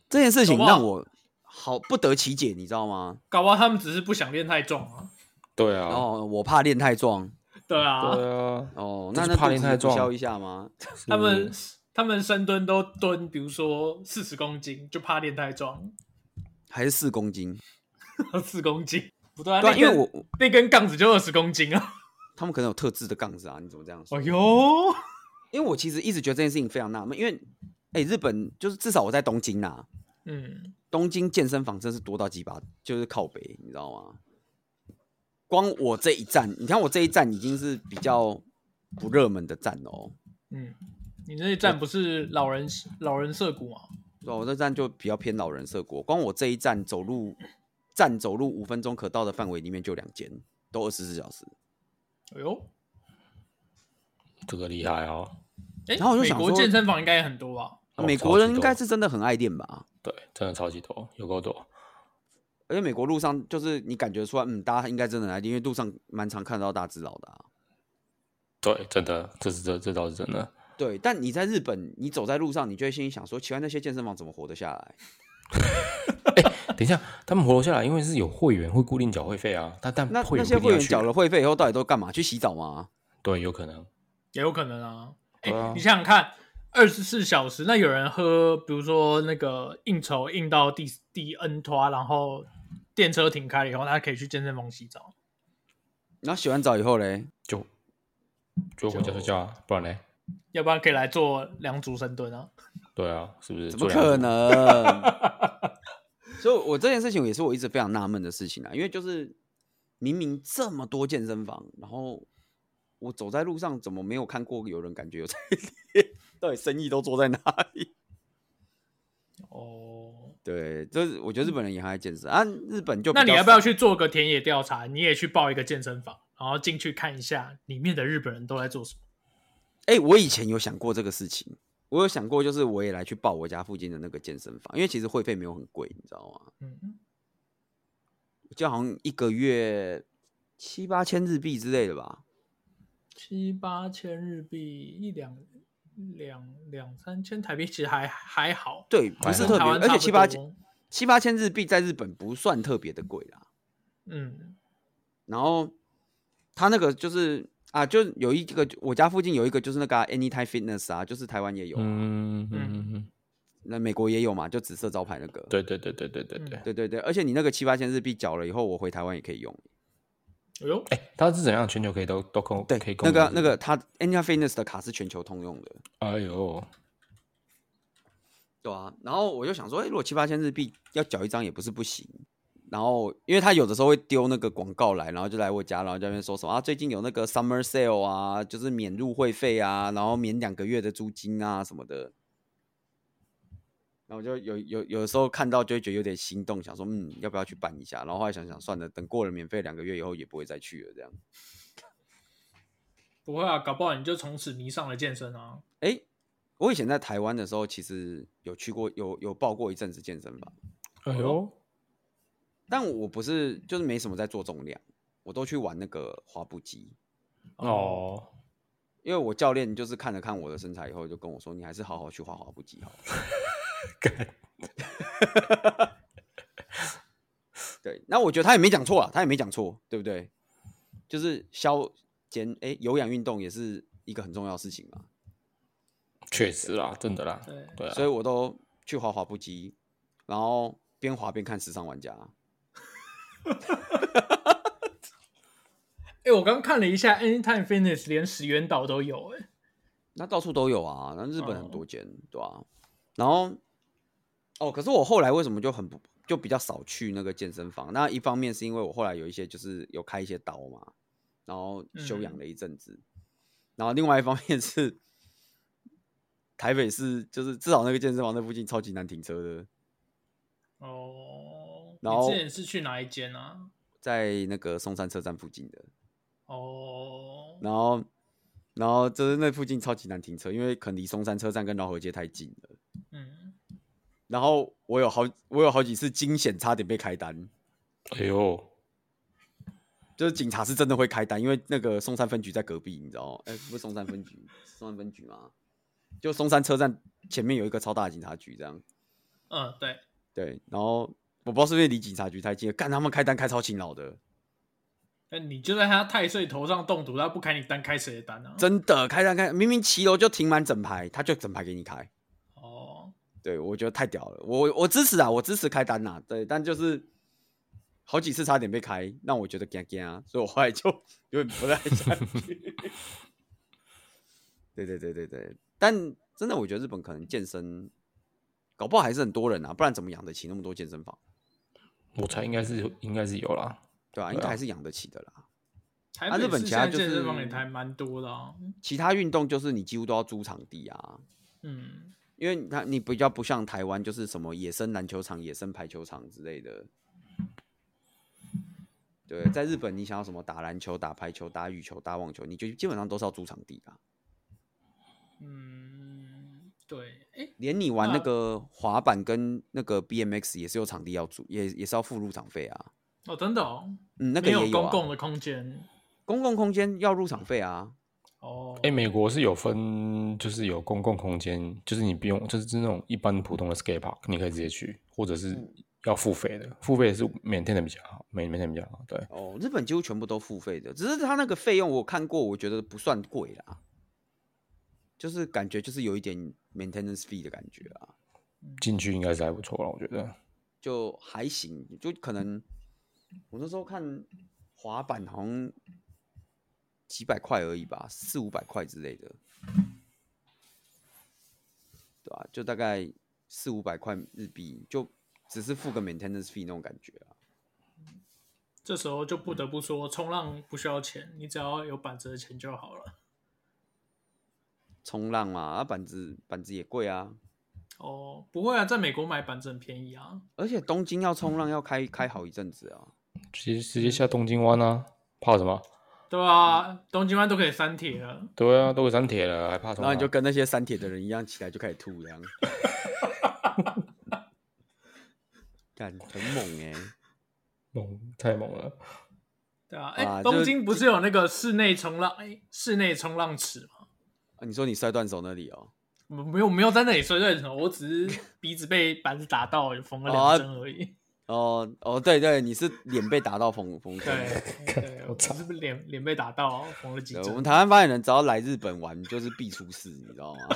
[SPEAKER 2] 这件事情
[SPEAKER 1] 搞不好
[SPEAKER 2] 让我好不得其解，你知道吗？
[SPEAKER 1] 搞不好他们只是不想练太重啊。
[SPEAKER 3] 对啊，
[SPEAKER 2] 哦，我怕练太壮，
[SPEAKER 1] 对啊，
[SPEAKER 3] 对啊，
[SPEAKER 2] 哦，
[SPEAKER 3] 就
[SPEAKER 2] 那
[SPEAKER 3] 是
[SPEAKER 2] 那
[SPEAKER 3] 怕
[SPEAKER 2] 肚
[SPEAKER 3] 练
[SPEAKER 2] 子
[SPEAKER 3] 太
[SPEAKER 2] 不消
[SPEAKER 3] 壮
[SPEAKER 2] 一下吗？
[SPEAKER 1] 他们
[SPEAKER 3] 是
[SPEAKER 1] 他们深蹲都蹲，比如说四十公斤，就怕练太重，
[SPEAKER 2] 还是四公斤？
[SPEAKER 1] 四公斤不对啊，
[SPEAKER 2] 对啊、
[SPEAKER 1] 那
[SPEAKER 2] 因为
[SPEAKER 1] 根
[SPEAKER 2] 我我
[SPEAKER 1] 那根杠子就二十公斤啊。
[SPEAKER 2] 他们可能有特制的杠子啊，你怎么这样说？
[SPEAKER 1] 哎呦，
[SPEAKER 2] 因为我其实一直觉得这件事情非常纳闷，因为哎、日本就是至少我在东京啊，
[SPEAKER 1] 嗯，
[SPEAKER 2] 东京健身房真是多到鸡巴，就是靠北，你知道吗？光我这一站，你看我这一站已经是比较不热门的站哦，
[SPEAKER 1] 嗯，你那一站不是老人老人涩谷吗？
[SPEAKER 2] 对啊、我这站就比较偏老人社国，光我这一站走路站走路五分钟可到的范围里面就有两间，都二十四小时。
[SPEAKER 1] 哎呦，
[SPEAKER 3] 这个厉害哦。
[SPEAKER 1] 哎，
[SPEAKER 2] 然后我就
[SPEAKER 1] 美
[SPEAKER 2] 想
[SPEAKER 1] 国
[SPEAKER 2] 说
[SPEAKER 1] 健身房应该也很多吧？
[SPEAKER 3] 哦
[SPEAKER 2] 美
[SPEAKER 3] 超
[SPEAKER 2] 国
[SPEAKER 3] 级
[SPEAKER 2] 人应该
[SPEAKER 3] 多
[SPEAKER 2] 是真的很爱练吧？
[SPEAKER 3] 对，真的超级多，有够多。
[SPEAKER 2] 而且美国路上就是你感觉出来，嗯，大家应该真的很爱练，因为路上蛮常看到大只佬的、啊。
[SPEAKER 3] 对，真的，这是这这倒是真的。
[SPEAKER 2] 对，但你在日本，你走在路上，你就会心里想说，奇怪那些健身房怎么活得下来？
[SPEAKER 3] 等一下，他们活下来，因为是有会员会固定缴会费啊，但但
[SPEAKER 2] 那
[SPEAKER 3] 会
[SPEAKER 2] 那
[SPEAKER 3] 员不
[SPEAKER 2] 些
[SPEAKER 3] 一定
[SPEAKER 2] 会
[SPEAKER 3] 要
[SPEAKER 2] 员
[SPEAKER 3] 去
[SPEAKER 2] 缴了会费以后，到底都干嘛？去洗澡吗？
[SPEAKER 3] 对，有可能。
[SPEAKER 1] 也有可能啊。哎、
[SPEAKER 3] 对啊
[SPEAKER 1] 你想想看，二十四小时，那有人喝，比如说那个应酬应到第第 N 拖，然后电车停开了以后，他可以去健身房洗澡。
[SPEAKER 2] 然后洗完澡以后嘞，
[SPEAKER 3] 就就回家睡觉啊，不然呢？
[SPEAKER 1] 要不然可以来做两组深蹲啊。
[SPEAKER 3] 对啊，是不是？
[SPEAKER 2] 怎么
[SPEAKER 3] 做两组
[SPEAKER 2] 可？能？ 所以，我这件事情也是我一直非常纳闷的事情啊，因为就是明明这么多健身房，然后我走在路上，怎么没有看过有人感觉有在练？ 到底生意都做在哪里？
[SPEAKER 1] 哦，
[SPEAKER 2] 对，就是我觉得日本人也很爱健身啊，日本就比
[SPEAKER 1] 那你
[SPEAKER 2] 较
[SPEAKER 1] 要不要
[SPEAKER 2] 少
[SPEAKER 1] 去做个田野调查？你也去报一个健身房，然后进去看一下里面的日本人都在做什么？
[SPEAKER 2] 哎、我以前有想过这个事情，我有想过，就是我也来去报我家附近的那个健身房，因为其实会费没有很贵，你知道吗？
[SPEAKER 1] 嗯，
[SPEAKER 2] 就好像一个月七八千日币之类的吧。
[SPEAKER 1] 七八千日币，一两两两三千台币，其实还还好，
[SPEAKER 2] 对，不
[SPEAKER 3] 买
[SPEAKER 2] 是
[SPEAKER 3] 了
[SPEAKER 2] 特
[SPEAKER 1] 跟台
[SPEAKER 2] 别，
[SPEAKER 1] 湾
[SPEAKER 2] 而
[SPEAKER 1] 差
[SPEAKER 2] 且
[SPEAKER 1] 不
[SPEAKER 2] 七八
[SPEAKER 1] 多
[SPEAKER 2] 千七八千日币在日本不算特别的贵啦。
[SPEAKER 1] 嗯，
[SPEAKER 2] 然后他那个就是啊，就有一个我家附近有一个就是那个、啊、Anytime Fitness 啊，就是台湾也有啊，
[SPEAKER 3] 嗯嗯嗯嗯，
[SPEAKER 2] 那美国也有嘛，就紫色招牌那个。
[SPEAKER 3] 对对对对对对对。
[SPEAKER 2] 对对对，而且你那个七八千日币缴了以后，我回台湾也可以用。
[SPEAKER 1] 哎呦，
[SPEAKER 3] 哎，它是怎样全球可以都都供
[SPEAKER 2] 对
[SPEAKER 3] 可以，供
[SPEAKER 2] 那个
[SPEAKER 3] 应
[SPEAKER 2] 那个他 Anytime Fitness 的卡是全球通用的。
[SPEAKER 3] 哎呦，
[SPEAKER 2] 对啊，然后我就想说，哎、如果七八千日币要缴一张也不是不行。然后，因为他有的时候会丢那个广告来，然后就来我家，然后在那边说什么啊，最近有那个 summer sale 啊，就是免入会费啊，然后免两个月的租金啊什么的。然后我就有有有的时候看到就会觉得有点心动，想说嗯，要不要去办一下？然后后来想想算了，等过了免费两个月以后也不会再去了这样。
[SPEAKER 1] 不会啊，搞不好你就从此迷上了健身啊。
[SPEAKER 2] 哎，我以前在台湾的时候，其实有去过，有有报过一阵子健身房。
[SPEAKER 3] 哎呦，
[SPEAKER 2] 但我不是就是没什么在做重量，我都去玩那个滑步机，
[SPEAKER 3] 哦，
[SPEAKER 2] 因为我教练就是看了看我的身材以后，就跟我说：“你还是好好去滑滑步机好了。
[SPEAKER 3] 干，”
[SPEAKER 2] 对，那我觉得他也没讲错啊，他也没讲错，对不对？就是消减哎、有氧运动也是一个很重要的事情嘛，
[SPEAKER 3] 确实啦，真的啦，
[SPEAKER 1] 对
[SPEAKER 3] 对啊
[SPEAKER 2] 所，以我都去滑滑步机，然后边滑边看《时尚玩家》。啊
[SPEAKER 1] 哎、我刚看了一下，Anytime Fitness 连石原岛都有、哎，
[SPEAKER 2] 那到处都有啊，那日本
[SPEAKER 1] 哦
[SPEAKER 2] 很多间，对吧、然后，哦，可是我后来为什么就很不就比较少去那个健身房？那一方面是因为我后来有一些就是有开一些刀嘛，然后休养
[SPEAKER 1] 嗯
[SPEAKER 2] 了一阵子，然后另外一方面是台北市，就是至少那个健身房那附近超级难停车的，
[SPEAKER 1] 哦，
[SPEAKER 2] 然后
[SPEAKER 1] 你之前是去哪一间啊？
[SPEAKER 2] 在那个松山车站附近的，
[SPEAKER 1] 哦，
[SPEAKER 2] 然后，然后就是那附近超级难停车，因为可能离松山车站跟饶河街太近了。
[SPEAKER 1] 嗯，
[SPEAKER 2] 然后我有好我有好几次惊险差点被开单，
[SPEAKER 3] 哎呦，
[SPEAKER 2] 就是警察是真的会开单，因为那个松山分局在隔壁，你知道吗？哎、不是松山分局，松山分局吗？就松山车站前面有一个超大的警察局，这样
[SPEAKER 1] 嗯，对，
[SPEAKER 2] 对。然后我不知道是不是离警察局太近了，干他们开单开超勤劳的，
[SPEAKER 1] 那你就在他太岁头上动土，他不开你单，开谁的单啊？
[SPEAKER 2] 真的开单开，明明骑楼就停满整排，他就整排给你开。
[SPEAKER 1] 哦，
[SPEAKER 2] 对，我觉得太屌了，我我支持啊，我支持开单呐、对，但就是好几次差点被开，让我觉得惊惊啊，所以我后来就有点不太想去。 对对对对对，但真的我觉得日本可能健身，搞不好还是很多人啊，不然怎么养得起那么多健身房？
[SPEAKER 3] 我猜应该是应该是有啦，
[SPEAKER 2] 对啊，应该还是养得起的啦。
[SPEAKER 1] 台
[SPEAKER 2] 啊日本
[SPEAKER 1] 市
[SPEAKER 2] 其他
[SPEAKER 1] 现在
[SPEAKER 2] 就
[SPEAKER 1] 健身
[SPEAKER 2] 是
[SPEAKER 1] 房也还蛮多的、啊，
[SPEAKER 2] 其他运动就是你几乎都要租场地啊，
[SPEAKER 1] 嗯，
[SPEAKER 2] 因为它你比较不像台湾，就是什么野生篮球场、野生排球场之类的。对，在日本，你想要什么打篮球、打排球、打羽球、打网球，你就基本上都是要租场地啊。
[SPEAKER 1] 嗯，对，哎、
[SPEAKER 2] 连你玩那
[SPEAKER 1] 那
[SPEAKER 2] 个滑板跟那个 BMX 也是有场地要租，也也是要付入场费啊。
[SPEAKER 1] 哦，真的哦，
[SPEAKER 2] 嗯，那个
[SPEAKER 1] 没
[SPEAKER 2] 也有、啊、
[SPEAKER 1] 有公共的空间，
[SPEAKER 2] 公共空间要入场费啊。
[SPEAKER 1] 哦，
[SPEAKER 3] 哎，美国是有分，就是有公共空间，就是你不用，就是就是那种一般普通的 skate park，你可以直接去，或者是要付费的，付费是缅甸的比较好，缅缅甸比较好，对。
[SPEAKER 2] 哦，日本几乎全部都付费的，只是它那个费用我看过，我觉得不算贵啦，就是感觉就是有一点 maintenance fee 的感觉啊，
[SPEAKER 3] 进去应该是还不错了，我觉得。
[SPEAKER 2] 就还行，就可能我那时候看滑板好像几百块而已吧，四五百块之类的，对吧、就大概四五百块日币，就只是付个 maintenance fee 那种感觉啊。
[SPEAKER 1] 这时候就不
[SPEAKER 2] 嗯
[SPEAKER 1] 得不说，冲浪不需要钱，你只要有板子的钱就好了。
[SPEAKER 2] 冲浪嘛，啊板子板子也贵啊，
[SPEAKER 1] 哦，不会啊，在美国买板子很便宜啊。
[SPEAKER 2] 而且东京要冲浪要开开好一阵子啊，
[SPEAKER 3] 直接直接下东京湾啊，怕什么？
[SPEAKER 1] 对
[SPEAKER 2] 嗯
[SPEAKER 1] 啊，东京湾都可以三铁了。
[SPEAKER 3] 对啊，都给删帖了，还怕
[SPEAKER 2] 然
[SPEAKER 3] 什么？
[SPEAKER 2] 后你就跟那些删帖的人一样，起来就开始吐这样，干很猛哎、
[SPEAKER 3] 猛，太猛了。
[SPEAKER 1] 对啊，哎、
[SPEAKER 2] 啊就
[SPEAKER 1] 东京不是有那个室内冲浪，哎、室内冲浪池吗？
[SPEAKER 2] 啊！你说你摔断手那里哦，
[SPEAKER 1] 我没有没有在那里摔断手，我只是鼻子被板子打到，缝了
[SPEAKER 2] 哦啊
[SPEAKER 1] 两针而已。
[SPEAKER 2] 哦哦，对对，你是脸被打到缝缝针。
[SPEAKER 1] 对， 对，我只是脸脸被打到，缝了几
[SPEAKER 2] 对
[SPEAKER 1] 针。
[SPEAKER 2] 我们台湾发言人只要来日本玩，就是必出事，你知道吗？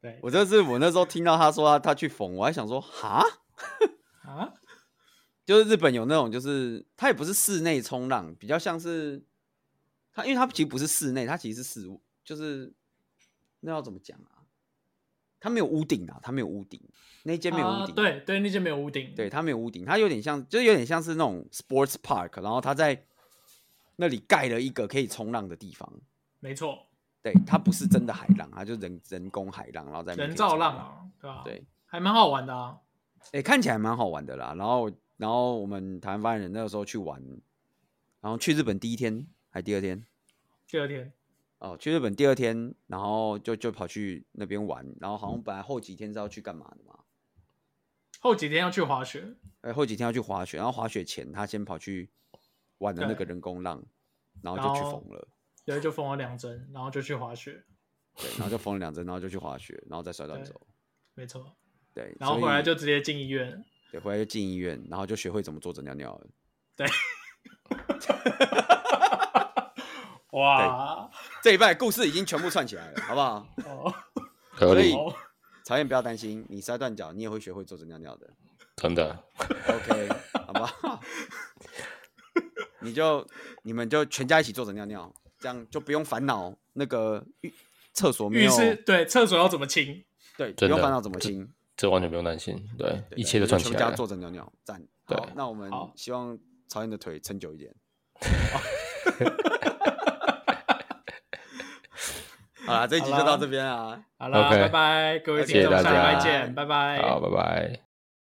[SPEAKER 1] 对
[SPEAKER 2] 我这次我那时候听到他说他他去缝，我还想说哈，
[SPEAKER 1] 啊，
[SPEAKER 2] 就是日本有那种，就是它也不是室内冲浪，比较像是它，因为它其实不是室内，它其实是室，就是那要怎么讲啊？它没有屋顶啊，它没有屋顶，那一间没有屋
[SPEAKER 1] 啊
[SPEAKER 2] 顶、
[SPEAKER 1] 对对，那间没有屋顶。
[SPEAKER 2] 对，它没有屋顶，它有点像，就是有点像是那种 sports park，然后它在那里盖了一个可以冲浪的地方。
[SPEAKER 1] 没错，
[SPEAKER 2] 对，它不是真的海浪，它就人人工海浪，然后在那边
[SPEAKER 1] 人
[SPEAKER 2] 可以
[SPEAKER 1] 造
[SPEAKER 2] 冲
[SPEAKER 1] 浪。啊，对吧、
[SPEAKER 2] 对，
[SPEAKER 1] 还蛮好玩的啊。
[SPEAKER 2] 哎、看起来蛮好玩的啦。然后，然后我们台湾发言人那个时候去玩，然后去日本第一天还第二天
[SPEAKER 1] 第二天，
[SPEAKER 2] 哦，去日本第二天，然后就就跑去那边玩，然后好像本来后几天是要去干嘛的嘛？
[SPEAKER 1] 后几天要去滑雪，
[SPEAKER 2] 哎、后几天要去滑雪，然后滑雪前他先跑去玩了那个
[SPEAKER 1] 对
[SPEAKER 2] 人工浪，然后就去
[SPEAKER 1] 然后
[SPEAKER 2] 缝了，
[SPEAKER 1] 对，就缝了两针，然后就去滑雪，
[SPEAKER 2] 对，然后就缝了两针，然后就去滑雪，然后再摔断
[SPEAKER 1] 对
[SPEAKER 2] 手，
[SPEAKER 1] 没错。
[SPEAKER 2] 对，
[SPEAKER 1] 然后
[SPEAKER 2] 所
[SPEAKER 1] 回来
[SPEAKER 2] 以
[SPEAKER 1] 就直接进医院，
[SPEAKER 2] 对，回来就进医院，然后就学会怎么坐着尿尿了。
[SPEAKER 1] 哇，
[SPEAKER 2] 这一拜故事已经全部串起来了，好不好？
[SPEAKER 1] 哦，
[SPEAKER 3] 可以，
[SPEAKER 1] 哦
[SPEAKER 2] 曹燕不要担心，你摔断脚，你也会学会坐着尿尿的。
[SPEAKER 3] 真的。
[SPEAKER 2] OK，好 吧，你就你们就全家一起坐着尿尿，这样就不用烦恼那个浴厕所没
[SPEAKER 1] 浴
[SPEAKER 2] 有
[SPEAKER 1] 室对厕所要怎么清？
[SPEAKER 2] 对，不
[SPEAKER 3] 真的
[SPEAKER 2] 用烦恼怎么清，
[SPEAKER 3] 这完全不用担心，对，
[SPEAKER 2] 对
[SPEAKER 3] 一切
[SPEAKER 2] 你
[SPEAKER 3] 都
[SPEAKER 2] 就
[SPEAKER 3] 串起
[SPEAKER 2] 全
[SPEAKER 3] 来
[SPEAKER 2] 家
[SPEAKER 3] 了。
[SPEAKER 2] 坐着尿尿，赞。
[SPEAKER 3] 对
[SPEAKER 2] 好，那我们
[SPEAKER 1] 好
[SPEAKER 2] 希望曹燕的腿撑久一点。好啦，这一集就
[SPEAKER 1] 好啦
[SPEAKER 2] 到这边啊。
[SPEAKER 1] 好啦
[SPEAKER 3] OK
[SPEAKER 1] 拜拜，各位
[SPEAKER 2] 谢
[SPEAKER 1] 听
[SPEAKER 3] 谢
[SPEAKER 1] 众，
[SPEAKER 3] 大
[SPEAKER 1] 下礼拜
[SPEAKER 3] 家
[SPEAKER 1] 见，拜拜。
[SPEAKER 3] 好，拜拜。